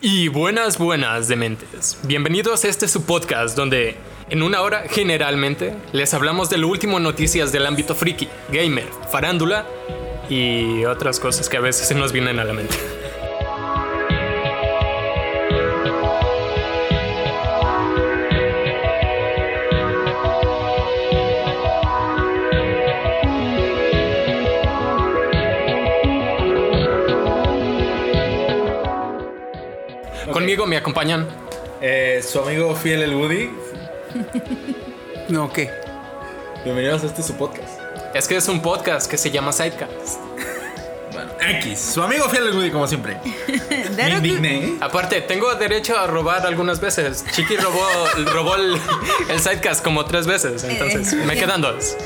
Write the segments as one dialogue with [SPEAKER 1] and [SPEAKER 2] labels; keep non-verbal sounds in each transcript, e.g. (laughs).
[SPEAKER 1] Y buenas, buenas dementes. Bienvenidos a este su podcast donde en una hora generalmente les hablamos de lo último en noticias del ámbito friki, gamer, farándula y otras cosas que a veces se nos vienen a la mente. Conmigo me acompañan
[SPEAKER 2] Eh, su amigo fiel el Woody.
[SPEAKER 3] (laughs) No, ¿qué?
[SPEAKER 2] Bienvenidos a este su podcast.
[SPEAKER 1] Es que es un podcast que se llama Sidecast.
[SPEAKER 2] Bueno, X. Su amigo fiel el Woody, como siempre. Me
[SPEAKER 4] Daru-
[SPEAKER 2] indigné. ¿eh?
[SPEAKER 1] Aparte, tengo derecho a robar algunas veces. Chiqui
[SPEAKER 3] (laughs)
[SPEAKER 1] robó, robó el, el sidecast como tres veces, entonces
[SPEAKER 4] Eh,
[SPEAKER 1] me quedan dos.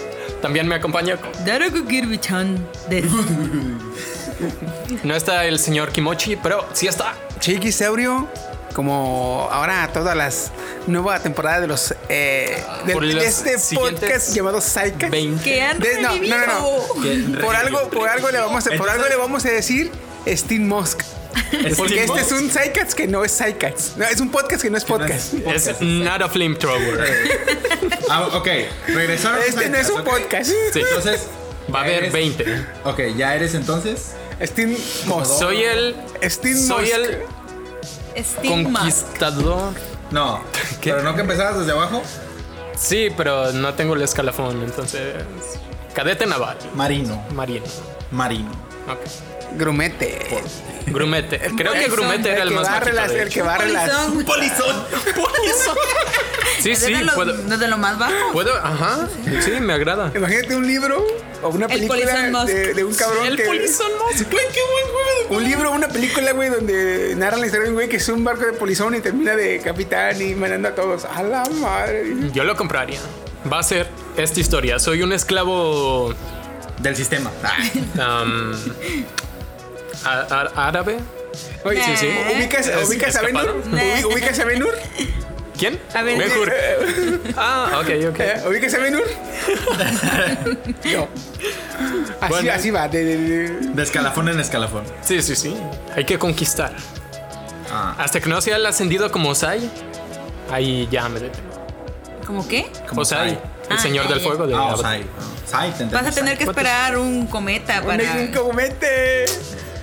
[SPEAKER 1] También me acompaña.
[SPEAKER 4] Daruku Kirby-chan de-
[SPEAKER 1] No está el señor Kimochi, pero sí está.
[SPEAKER 3] Chiquisaurio, como ahora todas las nueva temporada de los eh, de,
[SPEAKER 1] Por
[SPEAKER 3] de
[SPEAKER 1] los
[SPEAKER 3] este
[SPEAKER 1] siguientes
[SPEAKER 3] podcast llamado Psycast.
[SPEAKER 1] 20.
[SPEAKER 4] que han
[SPEAKER 3] De- no,
[SPEAKER 4] revivido.
[SPEAKER 3] no,
[SPEAKER 2] Que
[SPEAKER 3] no, Por
[SPEAKER 2] revivió.
[SPEAKER 3] algo, por algo le vamos a, por
[SPEAKER 2] Entonces-
[SPEAKER 3] algo le vamos a decir Steam Musk. Porque
[SPEAKER 2] Steam
[SPEAKER 3] este
[SPEAKER 2] Box.
[SPEAKER 3] es un Psycast que no es Psycast. No, es un podcast que no es podcast.
[SPEAKER 1] Es not a flamethrower.
[SPEAKER 2] Ah, ok, regresaron.
[SPEAKER 3] Este no es un podcast.
[SPEAKER 1] Sí.
[SPEAKER 2] Entonces.
[SPEAKER 1] Va a
[SPEAKER 2] ya
[SPEAKER 1] haber
[SPEAKER 2] eres-
[SPEAKER 1] 20.
[SPEAKER 2] Ok, ya eres entonces.
[SPEAKER 3] Steam Musk.
[SPEAKER 1] Soy el.
[SPEAKER 3] Steam
[SPEAKER 1] Soy
[SPEAKER 3] Musk.
[SPEAKER 1] el
[SPEAKER 4] Steam Mask.
[SPEAKER 1] conquistador.
[SPEAKER 2] No.
[SPEAKER 1] ¿Qué?
[SPEAKER 2] Pero no que empezabas desde abajo.
[SPEAKER 1] Sí, pero no tengo el escalafón, entonces. Cadete naval.
[SPEAKER 2] Marino.
[SPEAKER 1] Marino.
[SPEAKER 2] Marino.
[SPEAKER 1] Ok.
[SPEAKER 3] Grumete.
[SPEAKER 1] Grumete. Creo que
[SPEAKER 3] Polizón,
[SPEAKER 1] Grumete era el más
[SPEAKER 3] barre
[SPEAKER 1] bajito,
[SPEAKER 3] las-
[SPEAKER 1] de
[SPEAKER 3] El que
[SPEAKER 1] hecho.
[SPEAKER 3] barre las.
[SPEAKER 4] Polizón.
[SPEAKER 2] Polizón.
[SPEAKER 4] (laughs)
[SPEAKER 1] Sí,
[SPEAKER 4] Es de
[SPEAKER 1] sí,
[SPEAKER 4] los-
[SPEAKER 1] puedo.
[SPEAKER 4] no de lo más bajo.
[SPEAKER 1] Puedo, ajá. Sí, me agrada.
[SPEAKER 3] Imagínate un libro o una
[SPEAKER 4] El Polizón
[SPEAKER 3] película
[SPEAKER 4] Musk.
[SPEAKER 3] de, de un cabrón
[SPEAKER 1] El
[SPEAKER 3] que.
[SPEAKER 1] polizón más. Güey, qué buen juego.
[SPEAKER 3] Un libro, una película, güey, donde narran la historia de un güey que es un barco de polizón y termina de capitán y mandando a todos. A la madre.
[SPEAKER 1] Yo lo compraría. Va a ser esta historia. Soy un esclavo
[SPEAKER 2] Del sistema. Ah,
[SPEAKER 1] um, á- á- árabe.
[SPEAKER 3] Oye, eh,
[SPEAKER 4] Sí, sí.
[SPEAKER 3] ¿Ubicas,
[SPEAKER 1] ¿Es
[SPEAKER 3] ubicas a
[SPEAKER 1] escapado?
[SPEAKER 3] Benur? Ubi- ¿Ubicas a Benur?
[SPEAKER 1] ¿Quién?
[SPEAKER 4] A ver.
[SPEAKER 1] Mejor. (laughs) Ah, ok, ok.
[SPEAKER 3] ¿Eh? ¿Ubicas
[SPEAKER 1] (laughs)
[SPEAKER 3] a Benur? No. Así,
[SPEAKER 1] Bueno.
[SPEAKER 3] así va. de- de- de-
[SPEAKER 2] De escalafón en escalafón.
[SPEAKER 1] Sí, sí, sí. Hay que conquistar.
[SPEAKER 2] Ah.
[SPEAKER 1] Hasta que no sea el ascendido como Osai, ahí ya me detengo.
[SPEAKER 4] ¿Cómo qué?
[SPEAKER 2] Como
[SPEAKER 1] Osai,
[SPEAKER 2] Sai.
[SPEAKER 1] el
[SPEAKER 4] Ah,
[SPEAKER 1] señor
[SPEAKER 4] ya,
[SPEAKER 1] del
[SPEAKER 4] ya.
[SPEAKER 1] fuego de
[SPEAKER 2] Ah,
[SPEAKER 1] Avatar.
[SPEAKER 2] Osai. Sai, te entendí,
[SPEAKER 4] Vas a
[SPEAKER 2] Sai.
[SPEAKER 4] tener que esperar un cometa para.
[SPEAKER 3] Un comete.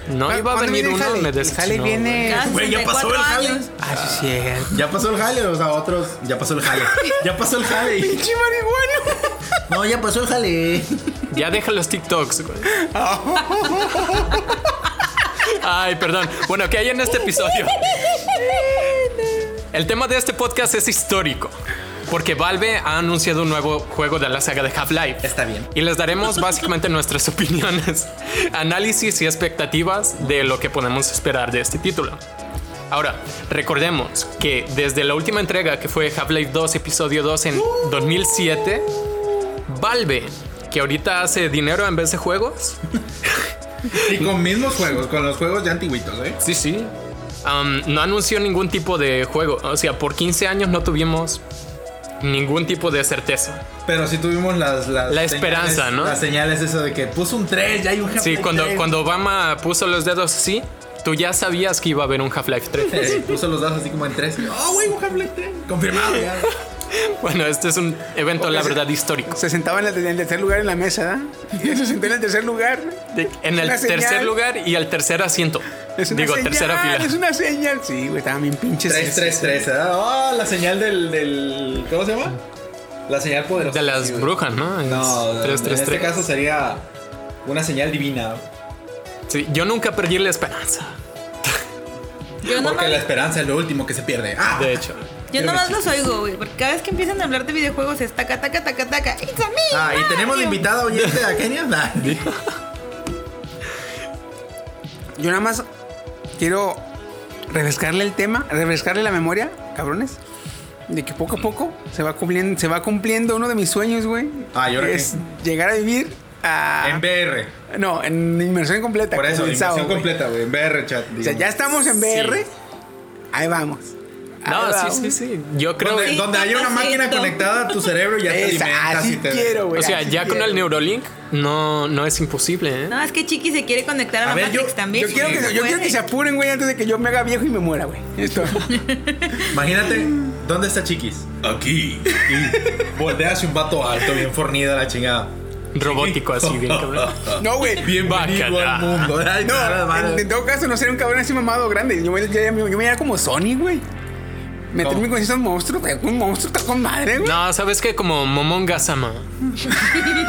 [SPEAKER 1] No iba a venir uno, me
[SPEAKER 3] Sale
[SPEAKER 1] decepcionó.
[SPEAKER 3] viene.
[SPEAKER 4] Cada
[SPEAKER 2] Güey, ya pasó
[SPEAKER 4] 64
[SPEAKER 2] el jale.
[SPEAKER 4] años.
[SPEAKER 3] Ah, sí, sí. eh.
[SPEAKER 2] Ya pasó el jale, o sea, otros. Ya pasó el
[SPEAKER 3] (laughs)
[SPEAKER 2] jale. Ya pasó el jale.
[SPEAKER 3] Pinche marihuana.
[SPEAKER 2] No, ya pasó el jale.
[SPEAKER 1] Ya deja los TikToks, güey. Ay, perdón. Bueno, ¿qué hay en este episodio? El tema de este podcast es histórico. Porque Valve ha anunciado un nuevo juego de la saga de Half-Life.
[SPEAKER 2] Está bien.
[SPEAKER 1] Y les daremos básicamente nuestras (laughs) opiniones, análisis y expectativas de lo que podemos esperar de este título. Ahora, recordemos que desde la última entrega que fue Half-Life 2 episodio 2 en 2007, Valve, que ahorita hace dinero en vez de juegos,
[SPEAKER 2] Y con mismos juegos, con los juegos ya antiguitos, ¿eh?
[SPEAKER 1] sí, sí, am, um, no anunció ningún tipo de juego. O sea, por 15 años no tuvimos ningún tipo de certeza.
[SPEAKER 2] Pero sí tuvimos las. las
[SPEAKER 1] La esperanza,
[SPEAKER 2] señales-
[SPEAKER 1] ¿no?
[SPEAKER 2] Las señales, eso de que puso un 3, ya hay un
[SPEAKER 1] Sí,
[SPEAKER 2] Half-Life
[SPEAKER 1] cuando,
[SPEAKER 2] 3.
[SPEAKER 1] cuando Obama puso los dedos así, tú ya sabías que iba a haber un Half-Life (laughs) 3.
[SPEAKER 2] (laughs) Sí, puso los dados así como en 3. ¡Oh, güey, un Half-Life 3! Confirmado. ya.
[SPEAKER 1] Bueno, este es un evento, la verdad, histórico.
[SPEAKER 3] Se sentaba en, la- en el tercer lugar en la mesa. ¿eh? (laughs) Se sentó en el tercer lugar.
[SPEAKER 1] En el
[SPEAKER 3] Una señal.
[SPEAKER 1] tercer lugar y al tercer asiento.
[SPEAKER 3] Es una
[SPEAKER 1] Digo,
[SPEAKER 3] señal,
[SPEAKER 1] tercera
[SPEAKER 3] Es
[SPEAKER 1] fila.
[SPEAKER 3] una señal. Sí, güey, estaban bien pinches.
[SPEAKER 2] 3, 3, 3. ¿verdad? ¡Oh, la señal del, del. ¿Cómo se llama? La señal poderosa.
[SPEAKER 1] De las
[SPEAKER 2] sí, güey.
[SPEAKER 1] brujas, ¿no? Es
[SPEAKER 2] No,
[SPEAKER 1] tres,
[SPEAKER 2] en
[SPEAKER 1] tres,
[SPEAKER 2] este
[SPEAKER 1] tres.
[SPEAKER 2] caso sería una señal divina.
[SPEAKER 1] Sí, yo nunca perdí la esperanza,
[SPEAKER 4] Yo
[SPEAKER 2] Porque
[SPEAKER 4] nomás,
[SPEAKER 2] la esperanza es lo último que se pierde. ¡Ah!
[SPEAKER 1] de hecho.
[SPEAKER 4] yo nomás los oigo, güey. Porque cada vez que empiezan a hablar de videojuegos es taca, taca, taca, taca. ¡It's a me!
[SPEAKER 2] Ah, y tenemos de
[SPEAKER 4] Mario!
[SPEAKER 2] invitada oyente a Kenia. (laughs) Nah.
[SPEAKER 3] Yo nada más quiero refrescarle el tema, refrescarle la memoria, cabrones. De que poco a poco se va cumpliendo, se va cumpliendo uno de mis sueños, güey.
[SPEAKER 2] Ah, ¿y ahora
[SPEAKER 3] Es llegar a vivir a.
[SPEAKER 2] En VR.
[SPEAKER 3] no, en inmersión completa.
[SPEAKER 2] Por eso,
[SPEAKER 3] como el Sao,
[SPEAKER 2] inversión
[SPEAKER 3] güey.
[SPEAKER 2] completa, güey. En VR, chat.
[SPEAKER 3] O sea, ya estamos en
[SPEAKER 1] Sí.
[SPEAKER 3] VR. Ah, Ahí vamos.
[SPEAKER 1] No,
[SPEAKER 3] Ahí va.
[SPEAKER 1] sí, sí, sí. Yo creo.
[SPEAKER 2] Donde,
[SPEAKER 4] Sí,
[SPEAKER 2] donde haya una máquina
[SPEAKER 4] papacito.
[SPEAKER 2] conectada a tu cerebro, ya te
[SPEAKER 3] Esa,
[SPEAKER 2] alimentas
[SPEAKER 3] así
[SPEAKER 2] y te.
[SPEAKER 3] quiero, güey.
[SPEAKER 1] O sea,
[SPEAKER 3] así
[SPEAKER 1] ya con
[SPEAKER 3] quiero.
[SPEAKER 1] el Neurolink no, no es imposible, ¿eh?
[SPEAKER 4] No, es que Chiqui se quiere conectar a,
[SPEAKER 2] A
[SPEAKER 4] la
[SPEAKER 2] ver, yo-
[SPEAKER 4] Matrix también.
[SPEAKER 3] Yo quiero, que, yo quiero que se apuren, güey, antes de que yo me haga viejo y me muera, güey.
[SPEAKER 2] (laughs)
[SPEAKER 3] Esto.
[SPEAKER 2] Imagínate, ¿dónde está Chiquis? Aquí. Y voltea hacia un vato alto, bien fornido, la chingada.
[SPEAKER 1] Robótico así,
[SPEAKER 3] (laughs)
[SPEAKER 2] (laughs)
[SPEAKER 1] bien cabrón.
[SPEAKER 3] No, güey.
[SPEAKER 2] Bienvenido
[SPEAKER 1] Bacala.
[SPEAKER 2] al mundo. Ay, nada
[SPEAKER 3] No,
[SPEAKER 2] más.
[SPEAKER 3] en, en todo caso, no sería un cabrón así mamado grande. Yo me, yo, yo me veía como Sony, güey. Meterme
[SPEAKER 2] ¿Cómo?
[SPEAKER 3] con esos monstruos, güey. Un monstruo está con madre, güey.
[SPEAKER 1] No, sabes que como Momonga Sama.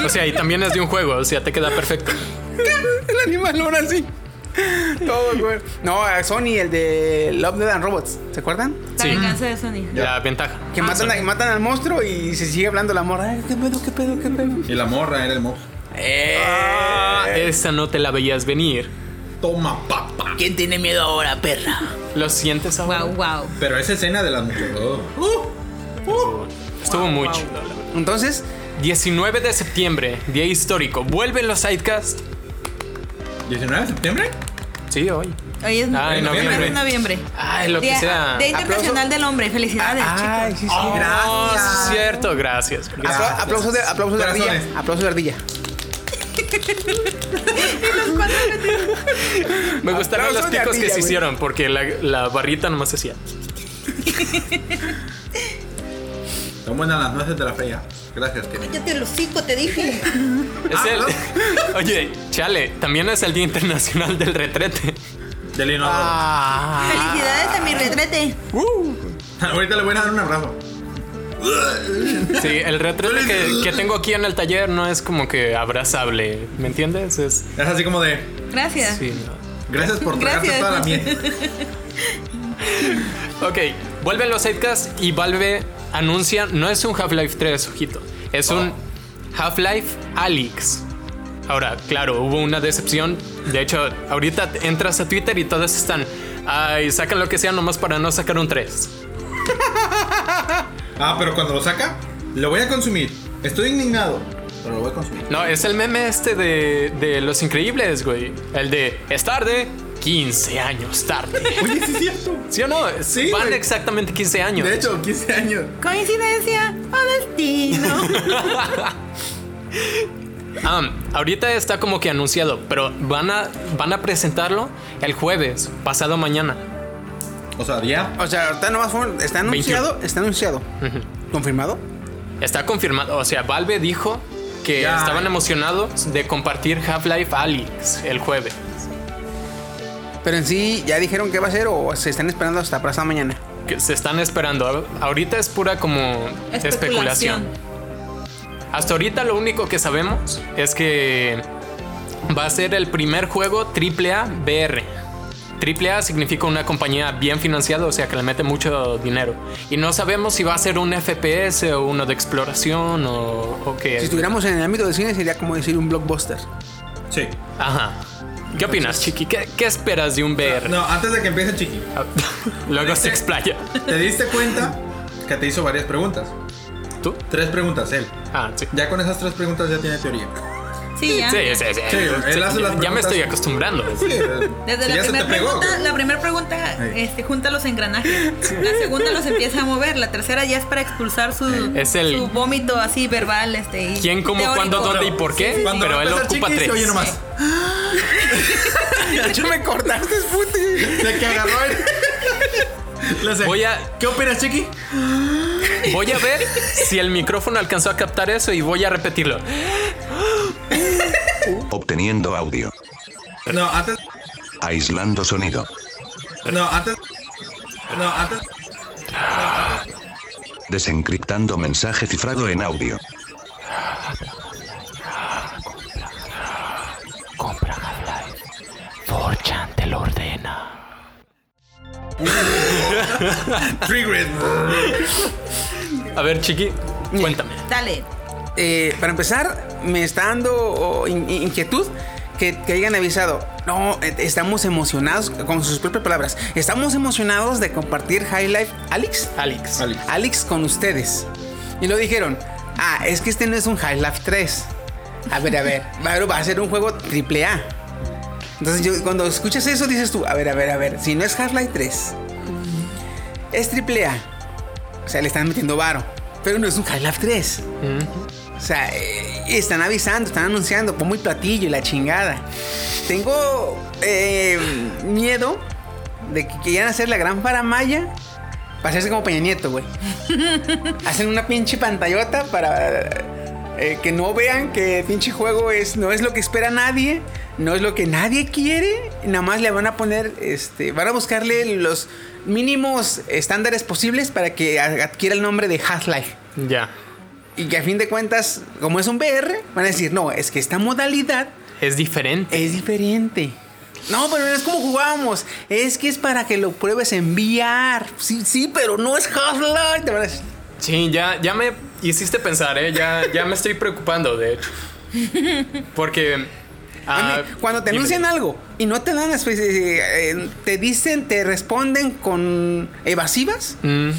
[SPEAKER 1] O sea, y también es de un juego, o sea, te queda perfecto.
[SPEAKER 3] (laughs) El animal ahora sí. Todo, güey. No, eh, Sony, el de Love, Dead and Robots. ¿Se acuerdan?
[SPEAKER 4] La
[SPEAKER 1] Sí.
[SPEAKER 4] venganza de Sony.
[SPEAKER 1] La ventaja.
[SPEAKER 3] Que matan, a- matan al monstruo y se sigue hablando la morra. Ay, ¿Qué pedo, qué pedo, qué pedo?
[SPEAKER 2] Y la morra era el monstruo.
[SPEAKER 1] Ah, esa no te la veías venir.
[SPEAKER 2] Toma papa.
[SPEAKER 3] ¿Quién tiene miedo ahora, perra?
[SPEAKER 1] Lo sientes ahora.
[SPEAKER 4] Wow, wow.
[SPEAKER 2] Pero esa escena de las mujeres. oh.
[SPEAKER 1] Estuvo
[SPEAKER 4] Wow,
[SPEAKER 1] mucho.
[SPEAKER 4] wow.
[SPEAKER 3] Entonces,
[SPEAKER 1] 19 de septiembre, día histórico. Vuelven los sidecasts.
[SPEAKER 2] 19 de septiembre.
[SPEAKER 1] Sí, hoy.
[SPEAKER 4] Hoy es
[SPEAKER 1] Ah,
[SPEAKER 2] en
[SPEAKER 4] noviembre.
[SPEAKER 2] noviembre.
[SPEAKER 4] Es noviembre.
[SPEAKER 1] Ay, lo que
[SPEAKER 4] Día-
[SPEAKER 1] sea.
[SPEAKER 4] Día Internacional del Hombre. Felicidades,
[SPEAKER 3] ay,
[SPEAKER 4] chicos.
[SPEAKER 3] sí, sí.
[SPEAKER 1] Oh,
[SPEAKER 2] Gracias.
[SPEAKER 1] sí, cierto, gracias. gracias.
[SPEAKER 3] Apla-
[SPEAKER 2] gracias.
[SPEAKER 3] aplausos de, aplausos de
[SPEAKER 2] Corazones.
[SPEAKER 3] ardilla. Aplausos de ardilla.
[SPEAKER 1] Me gustaron los picos
[SPEAKER 3] aplausos de
[SPEAKER 1] que
[SPEAKER 3] ardilla,
[SPEAKER 1] se
[SPEAKER 3] güey.
[SPEAKER 1] hicieron porque la, la barrita nomás se hacía.
[SPEAKER 2] Son buenas las nueces de la feria. Gracias, Kenny.
[SPEAKER 4] Cállate el hocico, te dije.
[SPEAKER 1] Es el- (laughs) Oye, chale, también es el Día Internacional del Retrete.
[SPEAKER 2] Del inodoro.
[SPEAKER 4] (laughs)
[SPEAKER 3] Ah.
[SPEAKER 4] Ah. Felicidades a mi
[SPEAKER 1] Ah.
[SPEAKER 4] retrete.
[SPEAKER 2] (laughs) Ahorita le voy a dar un abrazo.
[SPEAKER 1] Sí, el retrete que, que tengo aquí en el taller no es como que abrazable, ¿me entiendes? Es.
[SPEAKER 2] Es así como de.
[SPEAKER 4] Gracias.
[SPEAKER 1] Sí, no.
[SPEAKER 2] Gracias por tragarte
[SPEAKER 4] Gracias.
[SPEAKER 2] toda la miel.
[SPEAKER 1] Ok, vuelven los sidecasts y Valve anuncia: no es un Half-Life 3, ojito, es un Half-Life Alyx. Ahora, claro, hubo una decepción. De hecho, ahorita entras a Twitter y todos están. Ay, sacan lo que sea nomás para no sacar un 3.
[SPEAKER 2] Ah, pero cuando lo saca, lo voy a consumir. Estoy indignado, pero lo voy a consumir.
[SPEAKER 1] No, es el meme este de, de Los Increíbles, güey. El de es tarde, 15 años tarde.
[SPEAKER 2] (laughs) Oye, sí es cierto.
[SPEAKER 1] ¿Sí o no?
[SPEAKER 2] Sí,
[SPEAKER 1] Van
[SPEAKER 2] güey.
[SPEAKER 1] exactamente 15 años.
[SPEAKER 2] De hecho, 15 años.
[SPEAKER 4] Coincidencia
[SPEAKER 1] (laughs)
[SPEAKER 4] o destino.
[SPEAKER 1] Am, Ah, ahorita está como que anunciado, pero van a, van a presentarlo el jueves, pasado mañana.
[SPEAKER 2] O sea, ya.
[SPEAKER 3] O sea, ahorita nomás fue- está anunciado. Está anunciado. ¿Confirmado?
[SPEAKER 1] Está confirmado. O sea, Valve dijo que
[SPEAKER 2] Ya.
[SPEAKER 1] estaban emocionados de compartir Half-Life Alyx el jueves.
[SPEAKER 3] Pero en sí, ¿ya dijeron qué va a ser o se están esperando hasta pasado mañana?
[SPEAKER 1] Que se están esperando. Ahorita es pura como especulación. Hasta ahorita lo único que sabemos es que va a ser el primer juego AAA VR. AAA significa una compañía bien financiada, o sea que le mete mucho dinero. Y no sabemos si va a ser un FPS o uno de exploración o, o qué.
[SPEAKER 3] Si estuviéramos en el ámbito del cine, sería como decir un (laughs) blockbuster.
[SPEAKER 2] Sí.
[SPEAKER 1] Ajá. ¿Qué opinas, Chiqui? ¿Qué, qué esperas de un VR?
[SPEAKER 2] No, antes de que empiece, Chiqui,
[SPEAKER 1] (laughs) Luego se explaya.
[SPEAKER 2] ¿te diste cuenta que te hizo varias preguntas?
[SPEAKER 1] ¿Tú?
[SPEAKER 2] Tres preguntas, él.
[SPEAKER 1] Ah, sí.
[SPEAKER 2] Ya con esas tres preguntas ya tiene teoría.
[SPEAKER 4] Sí, ya.
[SPEAKER 1] Sí, sí, sí.
[SPEAKER 2] Sí, él hace las
[SPEAKER 1] ya, me
[SPEAKER 2] preguntas.
[SPEAKER 1] estoy acostumbrando.
[SPEAKER 4] Desde
[SPEAKER 2] Desde
[SPEAKER 4] la
[SPEAKER 2] eh, ya se te
[SPEAKER 4] primera
[SPEAKER 2] pegó.
[SPEAKER 4] pregunta, la primera pregunta,
[SPEAKER 2] Ey.
[SPEAKER 4] este, junta los engranajes. La segunda los empieza a mover. La tercera ya es para expulsar su,
[SPEAKER 1] Es el-
[SPEAKER 4] su vómito así verbal, este. y
[SPEAKER 1] ¿Quién, cómo,
[SPEAKER 4] teórico.
[SPEAKER 1] cuándo, dónde y por qué?
[SPEAKER 4] Sí, sí, sí.
[SPEAKER 2] Cuando
[SPEAKER 1] Pero
[SPEAKER 2] va a
[SPEAKER 1] él
[SPEAKER 2] empezar
[SPEAKER 1] ocupa
[SPEAKER 2] Chiqui, se
[SPEAKER 1] tres.
[SPEAKER 2] Oye, nomás.
[SPEAKER 3] De hecho, me cortaste, puto.
[SPEAKER 2] De que agarró el. Le hace,
[SPEAKER 1] Voy a-
[SPEAKER 2] ¿Qué opinas, Chiqui?
[SPEAKER 1] Voy a ver si el micrófono alcanzó a captar eso y voy a repetirlo.
[SPEAKER 5] Obteniendo audio.
[SPEAKER 2] No, antes.
[SPEAKER 5] Aislando sonido.
[SPEAKER 2] No, antes. No, antes.
[SPEAKER 5] Desencriptando mensaje cifrado en audio.
[SPEAKER 1] Compra Half-Life. Forchan te lo ordena.
[SPEAKER 2] Triggered.
[SPEAKER 1] A ver, Chiqui, cuéntame.
[SPEAKER 4] Dale.
[SPEAKER 3] Eh, para empezar, me está dando oh, in- in- inquietud que, que hayan avisado. No, eh, estamos emocionados, con sus propias palabras, estamos emocionados de compartir High Life Alex,
[SPEAKER 1] Alex.
[SPEAKER 2] Alex.
[SPEAKER 3] Alex con ustedes. Y lo dijeron, ah, es que este no es un High Life 3. A ver, a ver, (laughs) va- va a ser un juego triple A. Entonces yo, cuando escuchas eso dices tú, a ver, a ver, a ver, si no es Half-Life 3, Es triple A. O sea, le están metiendo varo. Pero no es un High Life 3. O sea, eh, están avisando, están anunciando, pongo el platillo y la chingada. Tengo eh, miedo de que quieran hacer la gran faramaya para hacerse como Peña Nieto, güey. Hacen una pinche pantallota para eh, que no vean que el pinche juego es, no es lo que espera nadie, no es lo que nadie quiere. Nada más le van a poner, este, van a buscarle los mínimos estándares posibles para que a- adquiera el nombre de Half-Life.
[SPEAKER 1] Ya.
[SPEAKER 3] Y que a fin de cuentas, como es un VR, van a decir, no, es que esta modalidad
[SPEAKER 1] Es diferente.
[SPEAKER 3] es diferente. No, pero no es como jugábamos. Es que es para que lo pruebes en VR. Sí, sí, pero no es Half-Life. Te van a decir,
[SPEAKER 1] Sí, ya, ya me hiciste pensar, ¿eh? Ya, ya me estoy preocupando, de hecho. Porque... ah,
[SPEAKER 3] Oye, cuando te
[SPEAKER 1] dime.
[SPEAKER 3] anuncian algo y no te dan las pues, eh, eh, te dicen, te responden con evasivas.
[SPEAKER 1] Mm,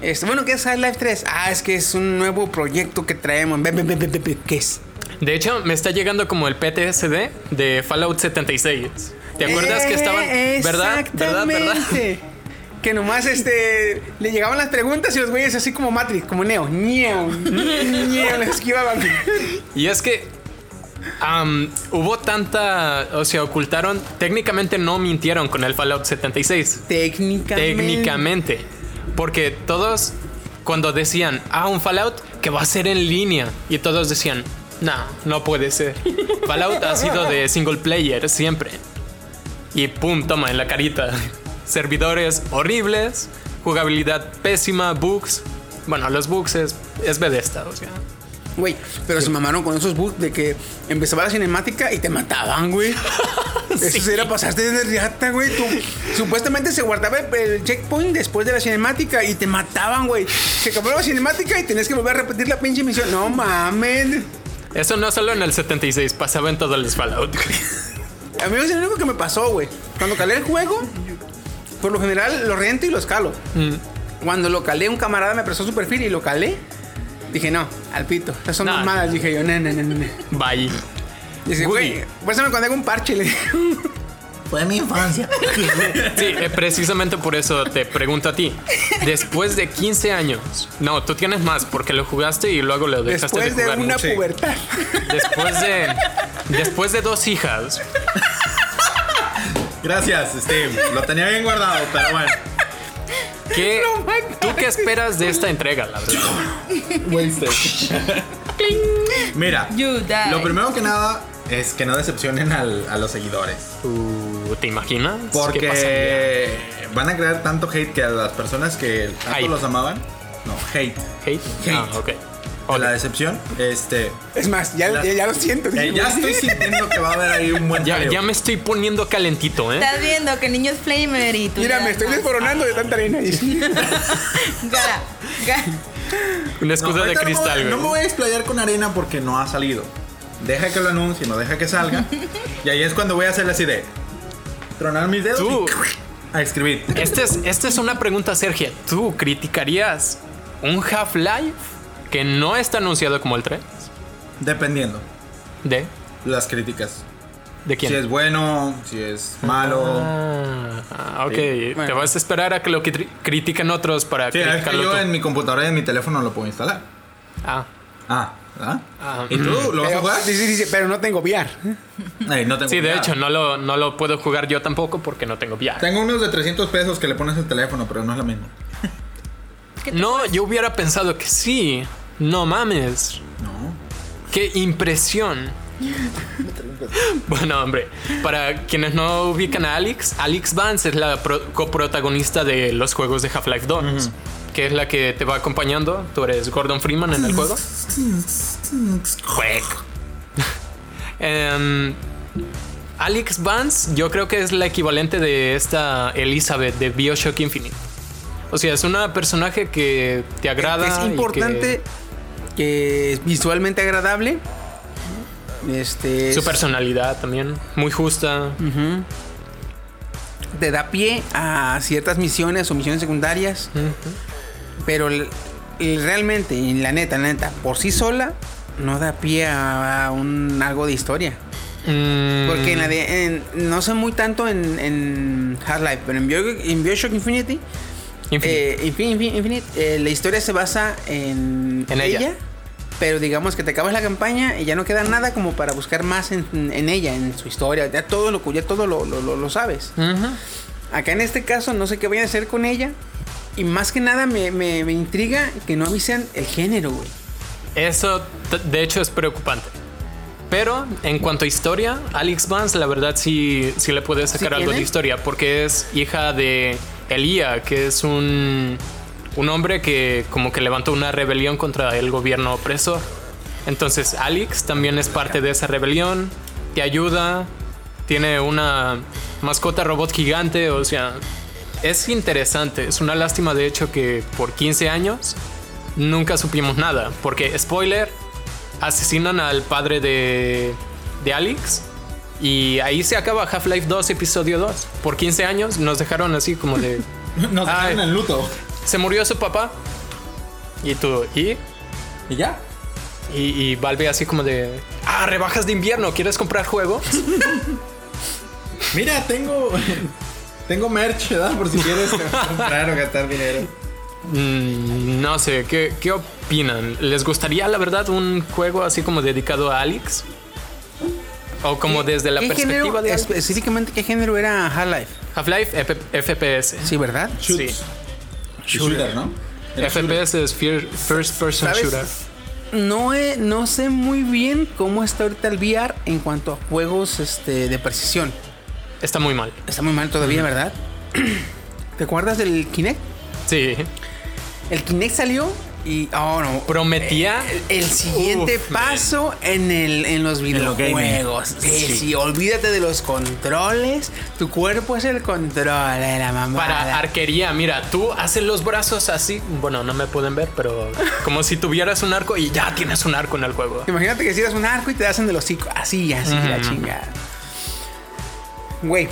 [SPEAKER 3] Este, bueno, ¿qué es Half-Life 3? Ah, es que es un nuevo proyecto que traemos. Ve, ve, ve, ve, ve, ve, ¿Qué es?
[SPEAKER 1] De hecho, me está llegando como el PTSD de Fallout 76. ¿Te acuerdas que estaban...
[SPEAKER 3] Eh,
[SPEAKER 1] ¿Verdad? ¿Verdad? ¿Verdad?
[SPEAKER 3] exactamente. (laughs) Que nomás este le llegaban las preguntas y los güeyes así como Matrix, como Neo, Neo, Neo, les esquivaban.
[SPEAKER 1] Y es que am, hubo tanta, o sea, ocultaron, técnicamente no mintieron con el Fallout 76.
[SPEAKER 3] (laughs) Técnicamente.
[SPEAKER 1] Técnicamente. Porque todos, cuando decían, ah, un Fallout que va a ser en línea, y todos decían, no, no puede ser. Fallout ha sido de single player siempre. Y pum, toma en la carita. Servidores horribles, jugabilidad pésima, bugs. Bueno, los bugs es, es Bethesda, o sea.
[SPEAKER 3] Güey, pero se mamaron con esos bugs de que empezaba la cinemática y te mataban, güey. (laughs)
[SPEAKER 1] Sí.
[SPEAKER 3] Eso era pasaste de riata, güey. Tú- supuestamente se guardaba el, el checkpoint después de la cinemática y te mataban, güey. Se acabó la cinemática y tenías que volver a repetir la pinche misión. No mames.
[SPEAKER 1] Eso no solo en el 76, pasaba en todos los Fallout. (laughs)
[SPEAKER 3] A mí es lo único que me pasó, güey. Cuando calé el juego, por lo general lo rento y lo escalo.
[SPEAKER 1] Mm.
[SPEAKER 3] Cuando lo calé, un camarada me prestó su perfil y lo calé. Dije, no, al pito. Estas son
[SPEAKER 1] No.
[SPEAKER 3] mamadas. Dije yo, no, no, no, no. no.
[SPEAKER 1] Bye.
[SPEAKER 3] Dice,
[SPEAKER 1] Woody.
[SPEAKER 3] güey, pues se me cuando hago un parche. Le digo,
[SPEAKER 6] Fue mi infancia.
[SPEAKER 1] Sí, eh, precisamente por eso te pregunto a ti. Después de 15 años. No, tú tienes más porque lo jugaste y luego lo dejaste
[SPEAKER 3] después
[SPEAKER 1] de
[SPEAKER 3] de
[SPEAKER 1] jugar.
[SPEAKER 2] (laughs)
[SPEAKER 3] una
[SPEAKER 1] Sí.
[SPEAKER 3] pubertad.
[SPEAKER 1] Después de después de dos hijas.
[SPEAKER 2] Gracias, Steve. Lo tenía bien guardado, pero bueno. (laughs)
[SPEAKER 1] ¿qué,
[SPEAKER 3] No manches.
[SPEAKER 1] ¿Tú qué esperas de esta entrega, la verdad?
[SPEAKER 2] Mira,
[SPEAKER 4] You die.
[SPEAKER 2] lo primero que nada es que no decepcionen al- a los seguidores.
[SPEAKER 1] Uh, ¿Te imaginas? qué pasaría?
[SPEAKER 2] Porque van a crear tanto hate que a las personas que tanto
[SPEAKER 1] Hype.
[SPEAKER 2] los amaban. No, hate.
[SPEAKER 1] Hate. Ah, ok.
[SPEAKER 2] O
[SPEAKER 1] Ok.
[SPEAKER 2] la decepción. Este.
[SPEAKER 3] Es más, ya,
[SPEAKER 2] La-
[SPEAKER 3] ya, ya lo siento.
[SPEAKER 2] eh,
[SPEAKER 3] dije,
[SPEAKER 2] ya
[SPEAKER 3] güey.
[SPEAKER 2] estoy sintiendo que va a haber ahí un buen
[SPEAKER 1] Ya,
[SPEAKER 2] jaleo.
[SPEAKER 1] ya me estoy poniendo calentito, ¿eh?
[SPEAKER 4] Estás viendo que el niño es flamer y tú.
[SPEAKER 3] Mira,
[SPEAKER 4] ya
[SPEAKER 3] me estoy
[SPEAKER 4] estás-
[SPEAKER 3] desboronando de tanta arena. ahí.
[SPEAKER 4] Gara, gara.
[SPEAKER 1] Una
[SPEAKER 2] No,
[SPEAKER 1] escudo de
[SPEAKER 2] ahorita no me voy-
[SPEAKER 1] cristal, güey.
[SPEAKER 2] No me voy a explayar con arena porque no ha salido. Deja que lo anuncie, no deja que salga. y ahí es cuando voy a hacer así de tronar mis dedos
[SPEAKER 1] Tú.
[SPEAKER 2] y a escribir.
[SPEAKER 1] Esta Este es, esta es una pregunta, Sergio. ¿Tú criticarías un Half-Life que no está anunciado como el 3?
[SPEAKER 2] Dependiendo
[SPEAKER 1] ¿De?
[SPEAKER 2] las críticas.
[SPEAKER 1] ¿De quién?
[SPEAKER 2] Si es bueno, si es malo.
[SPEAKER 1] Ah, ok.
[SPEAKER 2] Sí.
[SPEAKER 1] Te
[SPEAKER 3] Bueno.
[SPEAKER 1] vas a esperar a que lo cri- critiquen otros para
[SPEAKER 2] Sí, es que
[SPEAKER 1] criticarlo
[SPEAKER 2] yo
[SPEAKER 1] tú.
[SPEAKER 2] en mi computadora y en mi teléfono lo puedo instalar.
[SPEAKER 1] Ah,
[SPEAKER 2] Ah, ¿ah?
[SPEAKER 1] ah.
[SPEAKER 2] ¿Y tú lo vas a
[SPEAKER 3] Pero,
[SPEAKER 2] jugar?
[SPEAKER 3] dice, dice, pero no tengo VR.
[SPEAKER 2] Ay, no tengo
[SPEAKER 1] Sí, de
[SPEAKER 2] idea.
[SPEAKER 1] hecho, no lo, no lo puedo jugar yo tampoco porque no tengo VR.
[SPEAKER 2] Tengo unos de 300 pesos que le pones el teléfono, pero no es lo mismo. (laughs)
[SPEAKER 1] No, yo hubiera pensado que sí. No mames.
[SPEAKER 2] No.
[SPEAKER 1] ¡Qué
[SPEAKER 3] (laughs)
[SPEAKER 1] impresión! bueno, hombre, para quienes no ubican a Alex, Alex Vance es la pro- coprotagonista de los juegos de Half-Life 2, que es la que te va acompañando. Tú eres Gordon Freeman en el juego. Juego. (laughs) Em, Alex Vance, yo creo que es la equivalente de esta Elizabeth de Bioshock Infinite. O sea, es una personaje que te agrada. y
[SPEAKER 3] Es
[SPEAKER 1] que-
[SPEAKER 3] importante que... es visualmente agradable. Este.
[SPEAKER 1] Su
[SPEAKER 3] es-
[SPEAKER 1] personalidad también, muy justa.
[SPEAKER 3] te da pie a ciertas misiones o misiones secundarias. Pero el- el realmente, y la neta, la neta, por sí sola, no da pie a, a un algo de historia.
[SPEAKER 1] Mm,
[SPEAKER 3] Porque en la de- en- no sé muy tanto en, en Half-Life, pero en, Bio- en Bioshock Infinity
[SPEAKER 1] Infinite.
[SPEAKER 3] Eh, Infin- Infin- Infinite, eh, la historia se basa en,
[SPEAKER 1] En ella.
[SPEAKER 3] Pero digamos que te acabas la campaña y ya no queda nada como para buscar más en, en ella, en su historia. Ya todo lo, ya todo lo, lo- lo- lo sabes.
[SPEAKER 1] Ujú.
[SPEAKER 3] Acá en este caso no sé qué vayan a hacer con ella. Y más que nada me, me- me intriga que no avisen el género, güey.
[SPEAKER 1] Eso, t- de hecho, es preocupante. Pero en cuanto a historia, Alex Vance, la verdad, sí, sí le puede sacar algo
[SPEAKER 3] tiene?
[SPEAKER 1] de historia, porque es hija de Elía, que es un, un hombre que como que levantó una rebelión contra el gobierno opresor. Entonces, Alex también es parte de esa rebelión, te ayuda, tiene una mascota robot gigante, o sea, es interesante. Es una lástima, de hecho, que por 15 años nunca supimos nada. Porque, spoiler, asesinan al padre de, de Alex. Y ahí se acaba Half-Life 2, episodio 2. Por 15 años nos dejaron así como
[SPEAKER 3] (laughs)
[SPEAKER 1] de...
[SPEAKER 2] Nos
[SPEAKER 1] Ay.
[SPEAKER 2] dejaron en luto.
[SPEAKER 1] se murió su papá. Y tú, ¿y?
[SPEAKER 2] ¿Y ya?
[SPEAKER 1] Y, y Valve así como de... Ah, rebajas de invierno, ¿quieres comprar
[SPEAKER 3] (laughs)
[SPEAKER 1] juego?
[SPEAKER 2] Mira, tengo. (laughs) Tengo merch, ¿verdad? Por si
[SPEAKER 1] (laughs)
[SPEAKER 2] quieres comprar o gastar dinero.
[SPEAKER 1] Mm, no sé, ¿qué, ¿qué opinan? ¿Les gustaría, la verdad, un juego así como dedicado a Alex? ¿O como desde la
[SPEAKER 3] ¿Qué género,
[SPEAKER 1] perspectiva de Alex?
[SPEAKER 3] específicamente, qué género era Half-Life?
[SPEAKER 1] Half-Life F- FPS.
[SPEAKER 3] Sí, ¿verdad?
[SPEAKER 1] Sí.
[SPEAKER 2] Shooter, ¿no? Era shooter.
[SPEAKER 1] FPS es fir- First Person
[SPEAKER 3] ¿Sabes?
[SPEAKER 1] Shooter.
[SPEAKER 3] No, he- no sé muy bien cómo está ahorita el VR en cuanto a juegos este, de precisión.
[SPEAKER 1] Está muy mal.
[SPEAKER 3] Está muy mal todavía, ¿verdad? (clears throat) ¿Te acuerdas del Kinect?
[SPEAKER 1] Sí.
[SPEAKER 3] El Kinect salió y. Oh, no.
[SPEAKER 1] Prometía.
[SPEAKER 3] Eh, El siguiente
[SPEAKER 1] Uf, man.
[SPEAKER 3] paso en, el, en los
[SPEAKER 2] lo gaming.
[SPEAKER 3] videojuegos. Sí, sí. olvídate de los controles. Tu cuerpo es el control de la mamá.
[SPEAKER 1] eh, Para arquería, mira, tú haces los brazos así. Bueno, no me pueden ver, pero como si tuvieras un arco y ya tienes un arco en el juego.
[SPEAKER 3] Imagínate que si das un arco y te hacen de los hocico. Así, así, la chingada. Güey.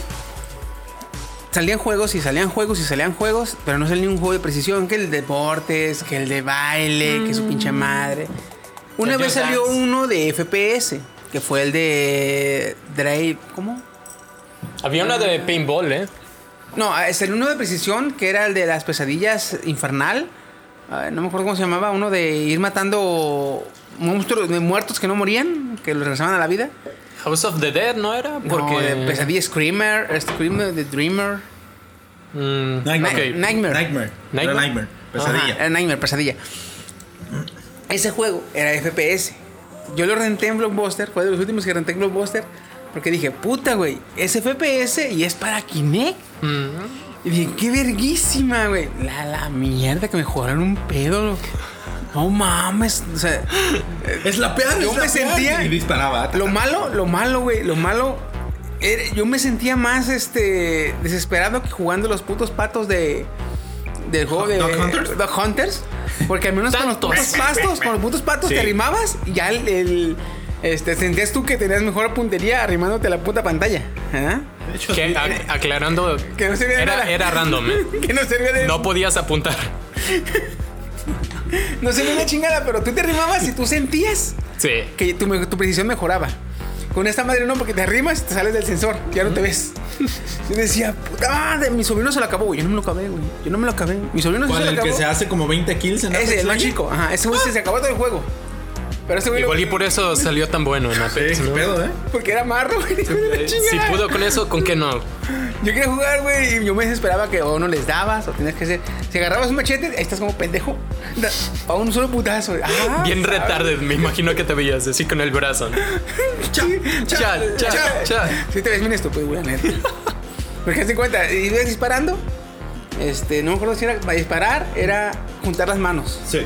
[SPEAKER 3] Salían juegos y salían juegos y salían juegos, pero no salía ningún juego de precisión. Que el de deportes, que el de baile, que su pinche madre. Una
[SPEAKER 1] El
[SPEAKER 3] vez
[SPEAKER 1] Just
[SPEAKER 3] salió
[SPEAKER 1] Dance.
[SPEAKER 3] uno de FPS, que fue el de Drive. ¿Cómo?
[SPEAKER 1] Había una de paintball, ¿eh?
[SPEAKER 3] No, es el uno de precisión, que era el de las pesadillas infernal. Ah, no me acuerdo cómo se llamaba, uno de ir matando monstruos de muertos que no morían, que los regresaban a la vida.
[SPEAKER 1] House of the Dead, ¿no era?
[SPEAKER 3] Porque
[SPEAKER 1] Porque.
[SPEAKER 3] pesadilla Screamer, este Screamer, The Dreamer.
[SPEAKER 1] Mm,
[SPEAKER 2] Nightmare.
[SPEAKER 1] ok.
[SPEAKER 3] Nightmare.
[SPEAKER 2] Nightmare. Era
[SPEAKER 1] Nightmare.
[SPEAKER 2] Nightmare. Pesadilla.
[SPEAKER 3] Ajá, era Nightmare, pesadilla. Ese juego era FPS. Yo lo renté en Blockbuster, fue de los últimos que renté en Blockbuster, porque dije, puta, güey, es FPS y es para Kinect. Y dije, qué verguísima, güey. La, la mierda que me jugaron un pedo. No mames. O sea,
[SPEAKER 2] Es la peor.
[SPEAKER 3] Yo
[SPEAKER 2] es la peor.
[SPEAKER 3] me sentía-
[SPEAKER 2] Y disparaba.
[SPEAKER 3] lo malo, lo malo, güey, lo malo. era- yo me sentía más este desesperado que jugando los putos patos de del juego de
[SPEAKER 2] Dog Hunters?
[SPEAKER 3] Dog Hunters, porque al menos con los
[SPEAKER 1] Tantos.
[SPEAKER 3] putos pastos, con los putos patos
[SPEAKER 2] Sí.
[SPEAKER 3] te arrimabas y ya el, el- este sentías tú que tenías mejor puntería arrimándote a la puta pantalla, ¿ah?
[SPEAKER 2] De hecho,
[SPEAKER 1] Que, a- aclarando.
[SPEAKER 3] Que no servía de
[SPEAKER 1] era,
[SPEAKER 3] nada.
[SPEAKER 1] era random,
[SPEAKER 3] (laughs)
[SPEAKER 1] ¿eh?
[SPEAKER 3] (laughs) Que no servía de
[SPEAKER 1] No podías apuntar.
[SPEAKER 3] no servía de chingada, pero tú te arrimabas y tú sentías
[SPEAKER 1] Sí.
[SPEAKER 3] que tu, me- tu precisión mejoraba. Con esta madre no, porque te arrimas y te sales del sensor, ya no te ves. Yo decía, puta madre, mi sobrino se lo acabó, güey. Yo no me lo acabé, güey. Yo no me lo acabé. Mi sobrino sí se
[SPEAKER 2] ¿Cuál?
[SPEAKER 3] lo
[SPEAKER 2] El
[SPEAKER 3] acabó.
[SPEAKER 2] que se hace como 20 kills en
[SPEAKER 3] Ese,
[SPEAKER 2] Apex
[SPEAKER 3] el más
[SPEAKER 2] Legends?
[SPEAKER 3] chico. Ajá, ese güey se, se acabó todo el juego. Pero ese güey. lo-
[SPEAKER 1] Igual y por eso salió tan bueno en Apex,
[SPEAKER 2] Sí, qué
[SPEAKER 1] ¿no?
[SPEAKER 2] pedo, ¿eh?
[SPEAKER 3] (laughs) Porque era marro, güey.
[SPEAKER 1] Eh, Si
[SPEAKER 3] Chingada.
[SPEAKER 1] pudo con eso, ¿con qué no?
[SPEAKER 3] Yo quería jugar, güey, y yo me desesperaba que o no les dabas, o tenías que hacer. Si agarrabas un machete, ahí estás como pendejo. (laughs) Da- A un solo putazo. Ah,
[SPEAKER 1] Bien
[SPEAKER 3] ¿sabes?
[SPEAKER 1] retarded, me imagino que te veías así con el brazo.
[SPEAKER 3] Cha,
[SPEAKER 1] cha, cha, cha.
[SPEAKER 3] Si te ves bien estúpido, güey,
[SPEAKER 2] (laughs)
[SPEAKER 3] la neta. Porque hazte cuenta, ibas disparando. Este, no me acuerdo si era para disparar, era juntar las manos.
[SPEAKER 2] Sí.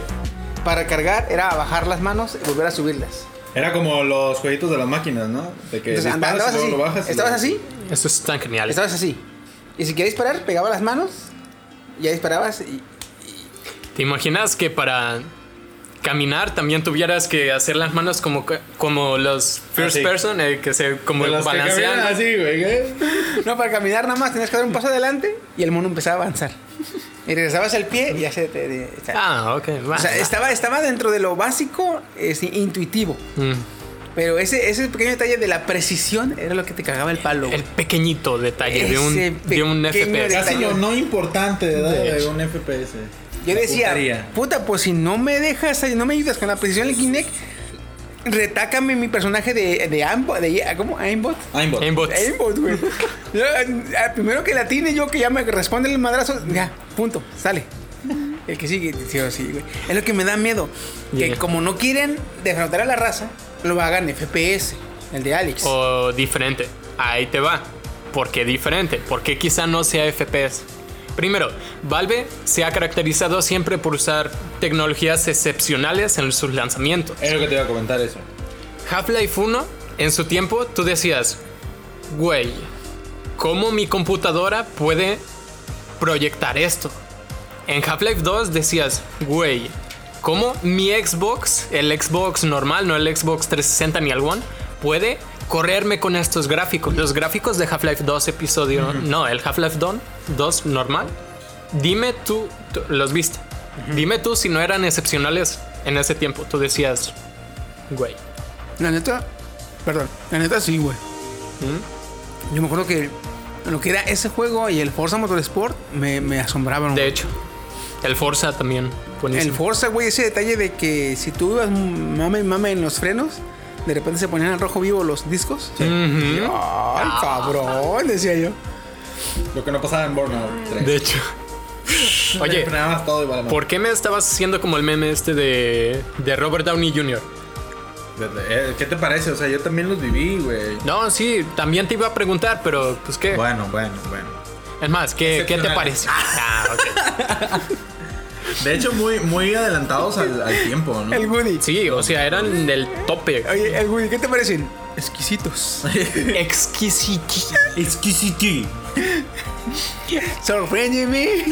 [SPEAKER 3] Para cargar era bajar las manos y volver a subirlas.
[SPEAKER 2] Era como los jueguitos de las máquinas, ¿no? De que
[SPEAKER 3] Entonces,
[SPEAKER 2] disparas
[SPEAKER 3] andabas
[SPEAKER 2] y luego
[SPEAKER 3] así.
[SPEAKER 2] lo bajas. y
[SPEAKER 3] estabas
[SPEAKER 2] luego-
[SPEAKER 3] así,
[SPEAKER 1] Eso es tan genial.
[SPEAKER 3] estabas así. Y si querías disparar, pegaba las manos, y ya
[SPEAKER 2] (laughs)
[SPEAKER 3] disparabas y
[SPEAKER 1] ¿Te imaginas que para caminar también tuvieras que hacer las manos como, que- como los first
[SPEAKER 3] Ah,
[SPEAKER 2] Así.
[SPEAKER 1] person, eh, que se como
[SPEAKER 2] De las que
[SPEAKER 1] balancean?
[SPEAKER 2] caminan así, güey. ¿eh?
[SPEAKER 3] No, para caminar nada más tenías que dar un paso adelante y el mono empezaba a avanzar. Y regresabas al pie y ya se te... de- o sea,
[SPEAKER 1] Ah, ok. va,
[SPEAKER 3] o sea,
[SPEAKER 1] va.
[SPEAKER 3] estaba, estaba dentro de lo básico, es este, intuitivo.
[SPEAKER 1] Mm.
[SPEAKER 3] Pero ese, ese pequeño detalle de la precisión era lo que te cagaba el palo. güey.
[SPEAKER 1] El pequeñito detalle de un,
[SPEAKER 3] Ese
[SPEAKER 1] de un
[SPEAKER 3] pequeño
[SPEAKER 1] FPS.
[SPEAKER 2] Casi lo no importante
[SPEAKER 1] De
[SPEAKER 2] de, de
[SPEAKER 1] hecho.
[SPEAKER 2] un FPS.
[SPEAKER 3] Yo decía,
[SPEAKER 2] Putaría.
[SPEAKER 3] puta, pues si no me dejas, si no me ayudas con la precisión del Kinect, retácame mi personaje de, de Aimbot. De, ¿Cómo? Aimbot.
[SPEAKER 2] Aimbot.
[SPEAKER 1] Aimbots. (laughs)
[SPEAKER 3] Aimbot, güey. Yo, a- a- primero que la tiene yo, que ya me responde el madrazo, ya, punto, sale. El que sigue, sí o sí, güey. Es lo que me da miedo. Que
[SPEAKER 1] Yeah.
[SPEAKER 3] como no quieren defraudar a la raza, lo hagan FPS, el de Alex.
[SPEAKER 1] O diferente. Ahí te va. ¿Por qué diferente? ¿Por qué quizá no sea FPS? Primero, Valve se ha caracterizado siempre por usar tecnologías excepcionales en sus lanzamientos.
[SPEAKER 2] Es lo que te iba a comentar eso.
[SPEAKER 1] Half-Life 1, en su tiempo, tú decías, güey, ¿cómo mi computadora puede proyectar esto? En Half-Life 2 decías, güey, ¿cómo mi Xbox, el Xbox normal, no el Xbox 360 ni el One, puede correrme con estos gráficos? Los gráficos de Half-Life 2 episodio, no, el Half-Life 2, 2 normal, dime tú, tú- los viste, dime tú si no eran excepcionales en ese tiempo. Tú decías, güey.
[SPEAKER 3] La neta, perdón, la neta sí, güey.
[SPEAKER 1] ¿Mm?
[SPEAKER 3] Yo me acuerdo que lo que era ese juego y el Forza Motorsport me, me asombraban.
[SPEAKER 1] De
[SPEAKER 3] güey.
[SPEAKER 1] hecho, el Forza también.
[SPEAKER 3] el
[SPEAKER 1] Buenísimo.
[SPEAKER 3] Forza, güey, ese detalle de que si tú ibas mame y mame en los frenos, de repente se ponían al rojo vivo los discos.
[SPEAKER 1] Ujú.
[SPEAKER 3] ¡Ay, cabrón! Decía yo.
[SPEAKER 2] Lo que no pasaba en
[SPEAKER 3] Ah.
[SPEAKER 2] Burnout 3.
[SPEAKER 1] De hecho. Oye,
[SPEAKER 2] frenabas todo y vale madre.
[SPEAKER 1] ¿por qué me estabas haciendo como el meme este de, de Robert Downey Jr.?
[SPEAKER 2] Desde- eh, ¿Qué te parece? O sea, yo también los viví, güey.
[SPEAKER 1] No, sí, también te iba a preguntar, pero pues qué.
[SPEAKER 2] Bueno, bueno, bueno.
[SPEAKER 1] Es más, ¿qué, qué te
[SPEAKER 2] Excepcionales.
[SPEAKER 1] parece? Ah, ok.
[SPEAKER 2] De hecho, muy, muy adelantados al, al tiempo, ¿no?
[SPEAKER 3] El Woody.
[SPEAKER 1] Sí, o sea, eran el tope.
[SPEAKER 3] Oye, el Woody, ¿qué te parecen?
[SPEAKER 1] (laughs)
[SPEAKER 3] Exquisitos.
[SPEAKER 1] Exquisiti.
[SPEAKER 2] Exquisiti.
[SPEAKER 3] Sorpréndeme.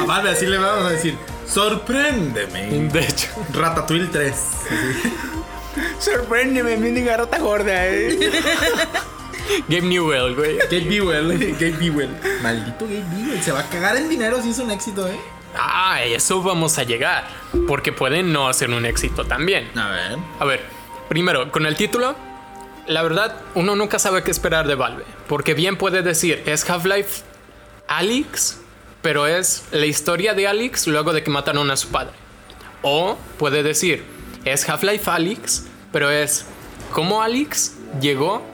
[SPEAKER 2] A Valve así le vamos a decir, sorpréndeme.
[SPEAKER 1] De hecho,
[SPEAKER 2] Ratatouille 3.
[SPEAKER 3] Sorpréndeme, mi garota gorda, eh.
[SPEAKER 1] Game Newell, güey.
[SPEAKER 2] Gabe Bewell, (laughs) Gabe Bewell. Maldito Gabe Bewell, se va a cagar en dinero si es un éxito, ¿eh?
[SPEAKER 1] Ah, a eso vamos a llegar. Porque pueden no hacer un éxito también.
[SPEAKER 2] A ver.
[SPEAKER 1] A ver, primero, con el título, la verdad, uno nunca sabe qué esperar de Valve. Porque bien puede decir, es Half-Life Alyx, pero es la historia de Alyx luego de que mataron a su padre. O puede decir, es Half-Life Alyx, pero es cómo Alyx llegó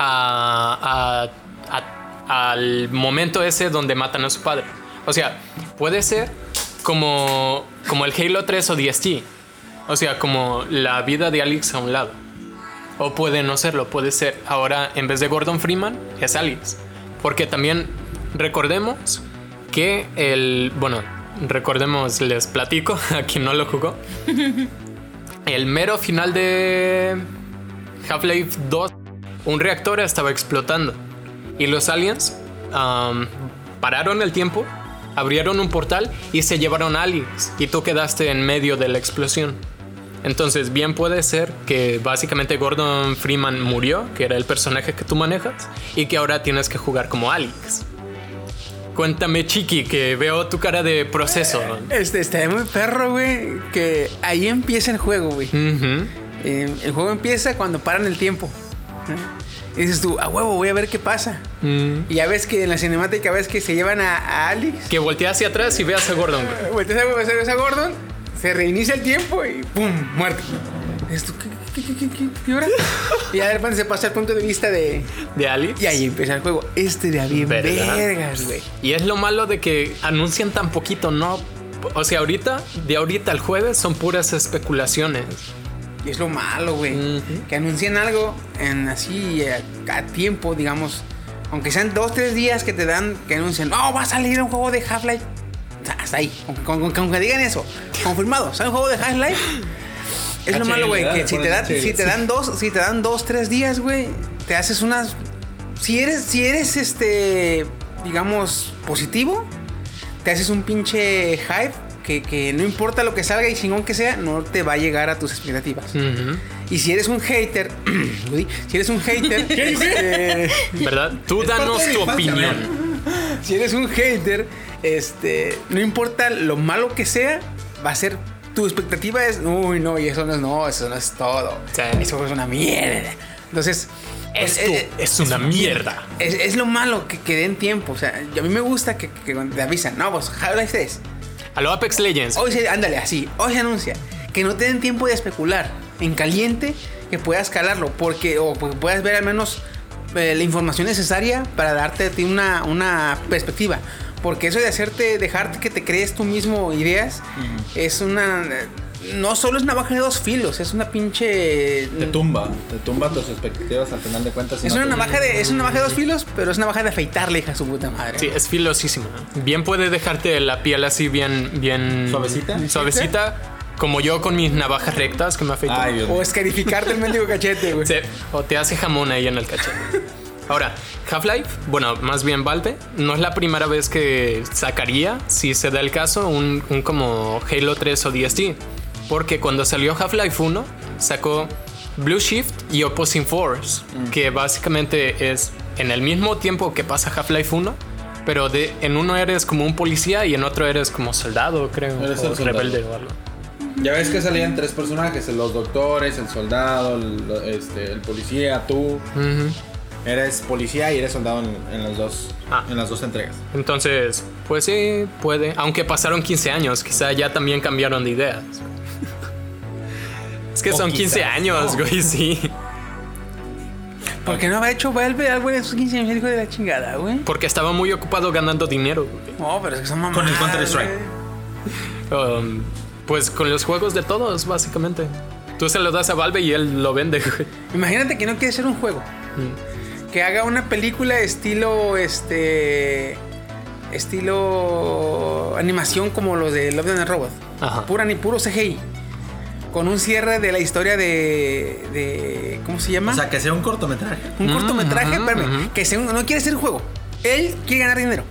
[SPEAKER 1] a- a- a- al momento ese donde matan a su padre. O sea, puede ser como, como el Halo 3 o DST. O sea, como la vida de Alyx a un lado. O puede no serlo, puede ser. Ahora, en vez de Gordon Freeman, es Alyx. Porque también recordemos que el. Bueno, recordemos, les platico (laughs) a quien no lo jugó. El mero final de Half-Life 2, un reactor estaba explotando. Y los aliens am, pararon el tiempo, abrieron un portal y se llevaron a Alyx. Y tú quedaste en medio de la explosión. Entonces, bien puede ser que básicamente Gordon Freeman murió, que era el personaje que tú manejas, y que ahora tienes que jugar como Alyx. Cuéntame, Chiqui, que veo tu cara de proceso.
[SPEAKER 3] Este, está muy perro, güey. Que ahí empieza el juego, güey.
[SPEAKER 1] Ujú.
[SPEAKER 3] Eh, el juego empieza cuando paran el tiempo. ¿eh? Y dices tú, a huevo, voy a ver qué pasa.
[SPEAKER 1] Mm.
[SPEAKER 3] Y ya ves que en la cinemática ves que se llevan a, a Alex.
[SPEAKER 1] Que voltea hacia atrás y veas a Gordon. güey.
[SPEAKER 3] Volteas a, ves a Gordon, se reinicia el tiempo y ¡pum! Muerte. Dices tú, ¿qué, qué, qué, qué, qué, qué hora? y ya de repente se pasa al punto de vista de.
[SPEAKER 1] De Alyx.
[SPEAKER 3] Y ahí empieza el juego. Este de bien
[SPEAKER 1] ¿Verdad?
[SPEAKER 3] vergas, güey.
[SPEAKER 1] Y es lo malo de que anuncian tan poquito, ¿no? O sea, ahorita, de ahorita al jueves, son puras especulaciones.
[SPEAKER 3] Y es lo malo, güey.
[SPEAKER 1] Ujú.
[SPEAKER 3] Que anuncien algo en así eh, a, tiempo, digamos. Aunque sean dos, tres días que te dan, que anuncien, no, va a salir un juego de Half-Life. O sea, Hasta ahí. Con, con- con- con que digan eso. Confirmado, sale un juego de Half-Life. Es lo
[SPEAKER 2] HL,
[SPEAKER 3] malo, güey, que
[SPEAKER 2] ¿verdad?
[SPEAKER 3] si te,
[SPEAKER 2] Ponen
[SPEAKER 3] dan,
[SPEAKER 2] HL,
[SPEAKER 3] si te
[SPEAKER 2] sí.
[SPEAKER 3] dan dos, si te dan dos, tres días, güey, te haces unas. Si eres, si eres este, digamos, positivo, te haces un pinche hype que, que no importa lo que salga y chingón que sea, no te va a llegar a tus expectativas.
[SPEAKER 2] Mm.
[SPEAKER 1] Ujú.
[SPEAKER 3] Y si eres un hater, (clears throat) Woody, si eres un hater,
[SPEAKER 2] (laughs)
[SPEAKER 3] este,
[SPEAKER 1] ¿Verdad? Tú danos
[SPEAKER 2] parte de
[SPEAKER 1] tu
[SPEAKER 2] la infancia,
[SPEAKER 1] opinión.
[SPEAKER 3] (laughs) si eres un hater, este, no importa lo malo que sea, va a ser tu expectativa es, uy, no, y eso no es, no, eso no es todo.
[SPEAKER 1] Sí.
[SPEAKER 3] Eso es una mierda. Entonces, es-
[SPEAKER 1] Esto
[SPEAKER 3] es-
[SPEAKER 1] es una mierda.
[SPEAKER 3] es, es lo malo que, que den tiempo. O sea, yo- a mí me gusta que, que cuando te avisan, no, pues Half-Life 3.
[SPEAKER 1] A lo Apex Legends.
[SPEAKER 3] Hoy se, ándale, así, hoy se anuncia. Que no te den tiempo de especular en caliente, que puedas calarlo, porque, o porque puedas ver al menos eh, la información necesaria para darte a ti una, una perspectiva. Porque eso de hacerte, dejarte que te crees tú mismo ideas, es una. No solo es una navaja de dos filos, es una pinche.
[SPEAKER 7] Te tumba, te tumba tus expectativas al final de cuentas. y
[SPEAKER 3] Es
[SPEAKER 7] no
[SPEAKER 3] una
[SPEAKER 7] te-
[SPEAKER 3] navaja de, es una navaja de dos filos, pero es una navaja de afeitarle, hija de su puta madre.
[SPEAKER 1] Sí, es filosísima. Bien puede dejarte la piel así bien, bien...
[SPEAKER 7] ¿Suavecita?
[SPEAKER 1] Suavecita, como yo con mis navajas rectas que me afeito.
[SPEAKER 7] Ay, Dios mío.
[SPEAKER 3] O escarificarte el mendigo cachete, güey.
[SPEAKER 1] Sí, o te hace jamón ahí en el cachete.
[SPEAKER 7] (laughs)
[SPEAKER 1] Ahora, Half-Life, bueno, más bien Valve, no es la primera vez que sacaría, si se da el caso, un, un como Halo 3 o DST. Porque cuando salió Half-Life 1, sacó Blue Shift y Opposing Force,
[SPEAKER 7] Mm.
[SPEAKER 1] que básicamente es en el mismo tiempo que pasa Half-Life 1, pero de, en uno eres como un policía y en otro eres como soldado, creo,
[SPEAKER 7] Eres
[SPEAKER 1] o
[SPEAKER 7] el soldado.
[SPEAKER 1] rebelde o algo.
[SPEAKER 7] Ya ves que salían tres personajes: los doctores, el soldado, el, este, el policía, tú.
[SPEAKER 1] Ujú.
[SPEAKER 7] Eres policía y eres soldado en, en los dos,
[SPEAKER 1] Ah.
[SPEAKER 7] en las dos entregas.
[SPEAKER 1] Entonces, pues sí, puede. Aunque pasaron 15 años, quizá ya también cambiaron de ideas. Es que
[SPEAKER 7] O
[SPEAKER 1] son 15
[SPEAKER 7] quizás
[SPEAKER 1] años, güey, (laughs) sí.
[SPEAKER 3] Porque no habrá hecho Valve algo en esos 15 años, hijo de la chingada, güey.
[SPEAKER 1] Porque estaba muy ocupado ganando dinero. güey.
[SPEAKER 3] No, pero es que son mamadas.
[SPEAKER 2] Con el Counter-Strike.
[SPEAKER 3] güey.
[SPEAKER 1] Um, pues con los juegos de todos, básicamente. Tú se lo das a Valve y él lo vende, (laughs) güey.
[SPEAKER 3] Imagínate que no quiere hacer un juego.
[SPEAKER 2] Mm.
[SPEAKER 3] Que haga una película estilo, este... Estilo... Animación como los de Love and Robot.
[SPEAKER 1] Ajá.
[SPEAKER 3] Pura ni puro CGI. Con un cierre de la historia de... de ¿Cómo se llama?
[SPEAKER 2] O sea, que sea un cortometraje.
[SPEAKER 3] Un cortometraje,
[SPEAKER 1] ujú,
[SPEAKER 3] espérame,
[SPEAKER 1] ujú.
[SPEAKER 3] que según- no quiere ser juego. Él quiere ganar dinero.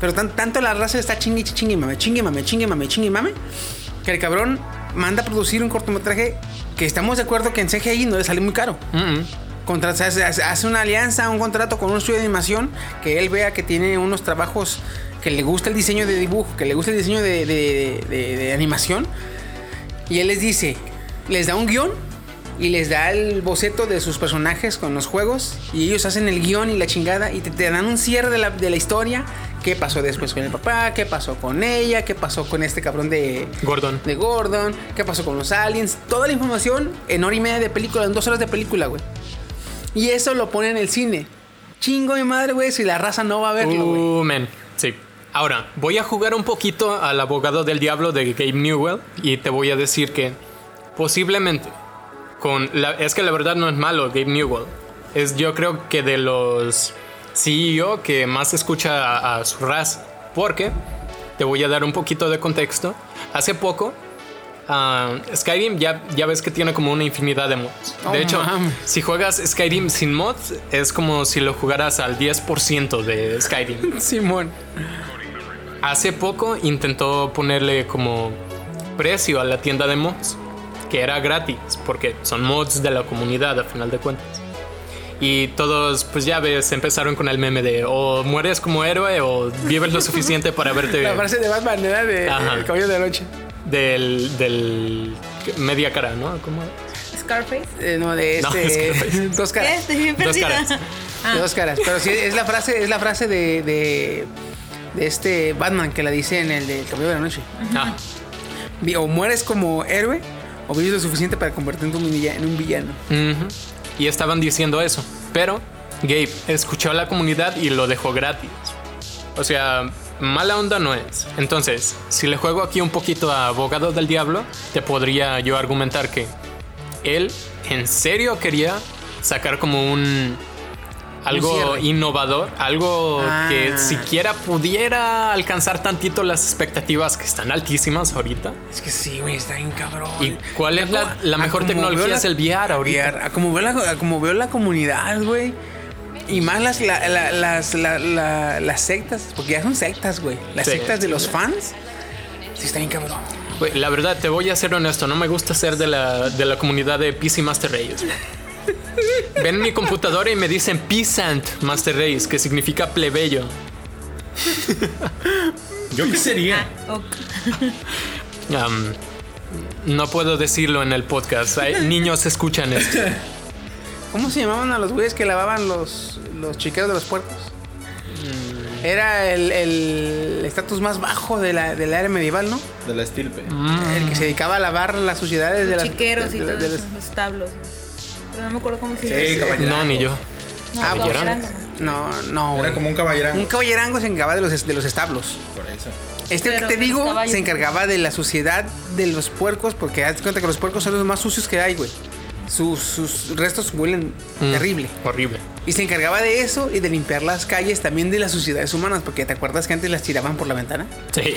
[SPEAKER 3] Pero tan- tanto la raza está chingue, chingue, mame, chingue, mame, chingue, mame, chingue, mame, que el cabrón manda a producir un cortometraje que estamos de acuerdo que en CGI no le sale muy caro.
[SPEAKER 1] Mm, mm.
[SPEAKER 3] Contra- se hace, hace- hace una alianza, un contrato con un estudio de animación que él vea que tiene unos trabajos que le gusta el diseño de dibujo, que le gusta el diseño de, de- de- de animación. Y él les dice, les da un guión y les da el boceto de sus personajes con los juegos. Y ellos hacen el guión y la chingada y te, te dan un cierre de la, de la historia. ¿Qué pasó después con el papá? ¿Qué pasó con ella? ¿Qué pasó con este cabrón de,
[SPEAKER 1] Gordon.
[SPEAKER 3] de Gordon, qué pasó con los aliens, toda la información en hora y media de película, en dos horas de película, güey. Y eso lo pone en el cine. Chingo de madre, güey, si la raza no va a verlo, güey.
[SPEAKER 1] Uh, man. Sí. Ahora, voy a jugar un poquito al abogado del diablo de Gabe Newell y te voy a decir que posiblemente con la, es que la verdad no es malo Gabe Newell. Es yo creo que de los CEO que más escucha a, a su raza, porque te voy a dar un poquito de contexto. Hace poco ah, Skyrim ya, ya ves que tiene como una infinidad de mods.
[SPEAKER 3] Oh,
[SPEAKER 1] de hecho,
[SPEAKER 3] mames.
[SPEAKER 1] si juegas Skyrim sin mods, es como si lo jugaras al 10% de Skyrim.
[SPEAKER 3] (laughs) Simón.
[SPEAKER 1] Hace poco intentó ponerle como precio a la tienda de mods, que era gratis, porque son mods de la comunidad a final de cuentas. Y todos, pues ya ves, empezaron con el meme de o mueres como héroe o vives lo suficiente para verte
[SPEAKER 3] (laughs) La frase de Batman era de
[SPEAKER 1] Ajá.
[SPEAKER 3] El Caballero de la Noche.
[SPEAKER 1] del, del media cara, ¿no? ¿Cómo?
[SPEAKER 4] Scarface.
[SPEAKER 3] Eh, no, de
[SPEAKER 1] No,
[SPEAKER 3] este.
[SPEAKER 1] es que-
[SPEAKER 3] (laughs) dos
[SPEAKER 4] ¿Qué?
[SPEAKER 3] caras.
[SPEAKER 4] Estoy bien
[SPEAKER 1] Dos
[SPEAKER 4] perdida.
[SPEAKER 1] caras.
[SPEAKER 4] Ah,
[SPEAKER 3] De dos caras. Pero sí, es la frase, es la frase de, de, de este Batman que la dice en el de El Caballero de la Noche.
[SPEAKER 1] Ah,
[SPEAKER 3] Vi- O mueres como héroe, o vives lo suficiente para convertirte en un villa- en un villano.
[SPEAKER 1] ujú. Y estaban diciendo eso, pero Gabe escuchó a la comunidad y lo dejó gratis. O sea, mala onda no es. Entonces, si le juego aquí un poquito a abogado del diablo, te podría yo argumentar que él en serio quería sacar como un algo
[SPEAKER 3] cierre.
[SPEAKER 1] innovador, algo
[SPEAKER 3] Ah.
[SPEAKER 1] que siquiera pudiera alcanzar tantito las expectativas que están altísimas ahorita.
[SPEAKER 3] Es que sí, güey, está bien cabrón.
[SPEAKER 1] ¿Y cuál es la- la mejor tecnología? Es el VR ahorita.
[SPEAKER 3] VR, a como, veo la, a como veo la comunidad, güey. Y más las, la- la- las, la- la- las sectas, porque ya son sectas, güey. Las
[SPEAKER 1] Sí.
[SPEAKER 3] sectas de los fans. Sí, está bien cabrón.
[SPEAKER 1] Güey, Pues, La verdad, te voy a ser honesto, no me gusta ser de la, de la comunidad de PC Master Race. Ven mi computadora y me dicen Peasant Master Race, que significa plebeyo.
[SPEAKER 2] Ah. ¿Yo qué sería?
[SPEAKER 4] ok.
[SPEAKER 1] Am, No puedo decirlo en el podcast. Hay- niños escuchan esto.
[SPEAKER 3] ¿Cómo se llamaban a los güeyes que lavaban los, los chiqueros de los puercos?
[SPEAKER 4] Mm.
[SPEAKER 3] Era el- el estatus más bajo de la, del área medieval, ¿no?
[SPEAKER 7] De la estirpe.
[SPEAKER 3] El que se dedicaba a lavar las suciedades de
[SPEAKER 4] Mm. Los
[SPEAKER 3] las...
[SPEAKER 4] chiqueros
[SPEAKER 3] de-
[SPEAKER 4] y
[SPEAKER 3] de-
[SPEAKER 4] todo
[SPEAKER 3] de
[SPEAKER 4] eso,
[SPEAKER 3] las-
[SPEAKER 4] los establos. Pero no me acuerdo cómo se
[SPEAKER 2] Sí,
[SPEAKER 4] llama.
[SPEAKER 2] caballero.
[SPEAKER 1] No, ni yo.
[SPEAKER 4] No,
[SPEAKER 1] Ah,
[SPEAKER 4] no,
[SPEAKER 1] ¿vieron?
[SPEAKER 4] Franco.
[SPEAKER 3] No, no, güey.
[SPEAKER 2] Era como un caballerango.
[SPEAKER 3] Un caballerango se encargaba de los, de los establos.
[SPEAKER 2] Por eso.
[SPEAKER 3] Este
[SPEAKER 4] Pero
[SPEAKER 3] que te
[SPEAKER 4] los
[SPEAKER 3] digo
[SPEAKER 4] caballos.
[SPEAKER 3] se encargaba de la suciedad de los puercos, porque haz de cuenta que los puercos son los más sucios que hay, güey. Sus, sus restos huelen
[SPEAKER 1] Mm,
[SPEAKER 3] terrible.
[SPEAKER 1] Horrible.
[SPEAKER 3] Y se encargaba de eso y de limpiar las calles también de las suciedades humanas, porque te acuerdas que antes las tiraban por la ventana.
[SPEAKER 1] Sí.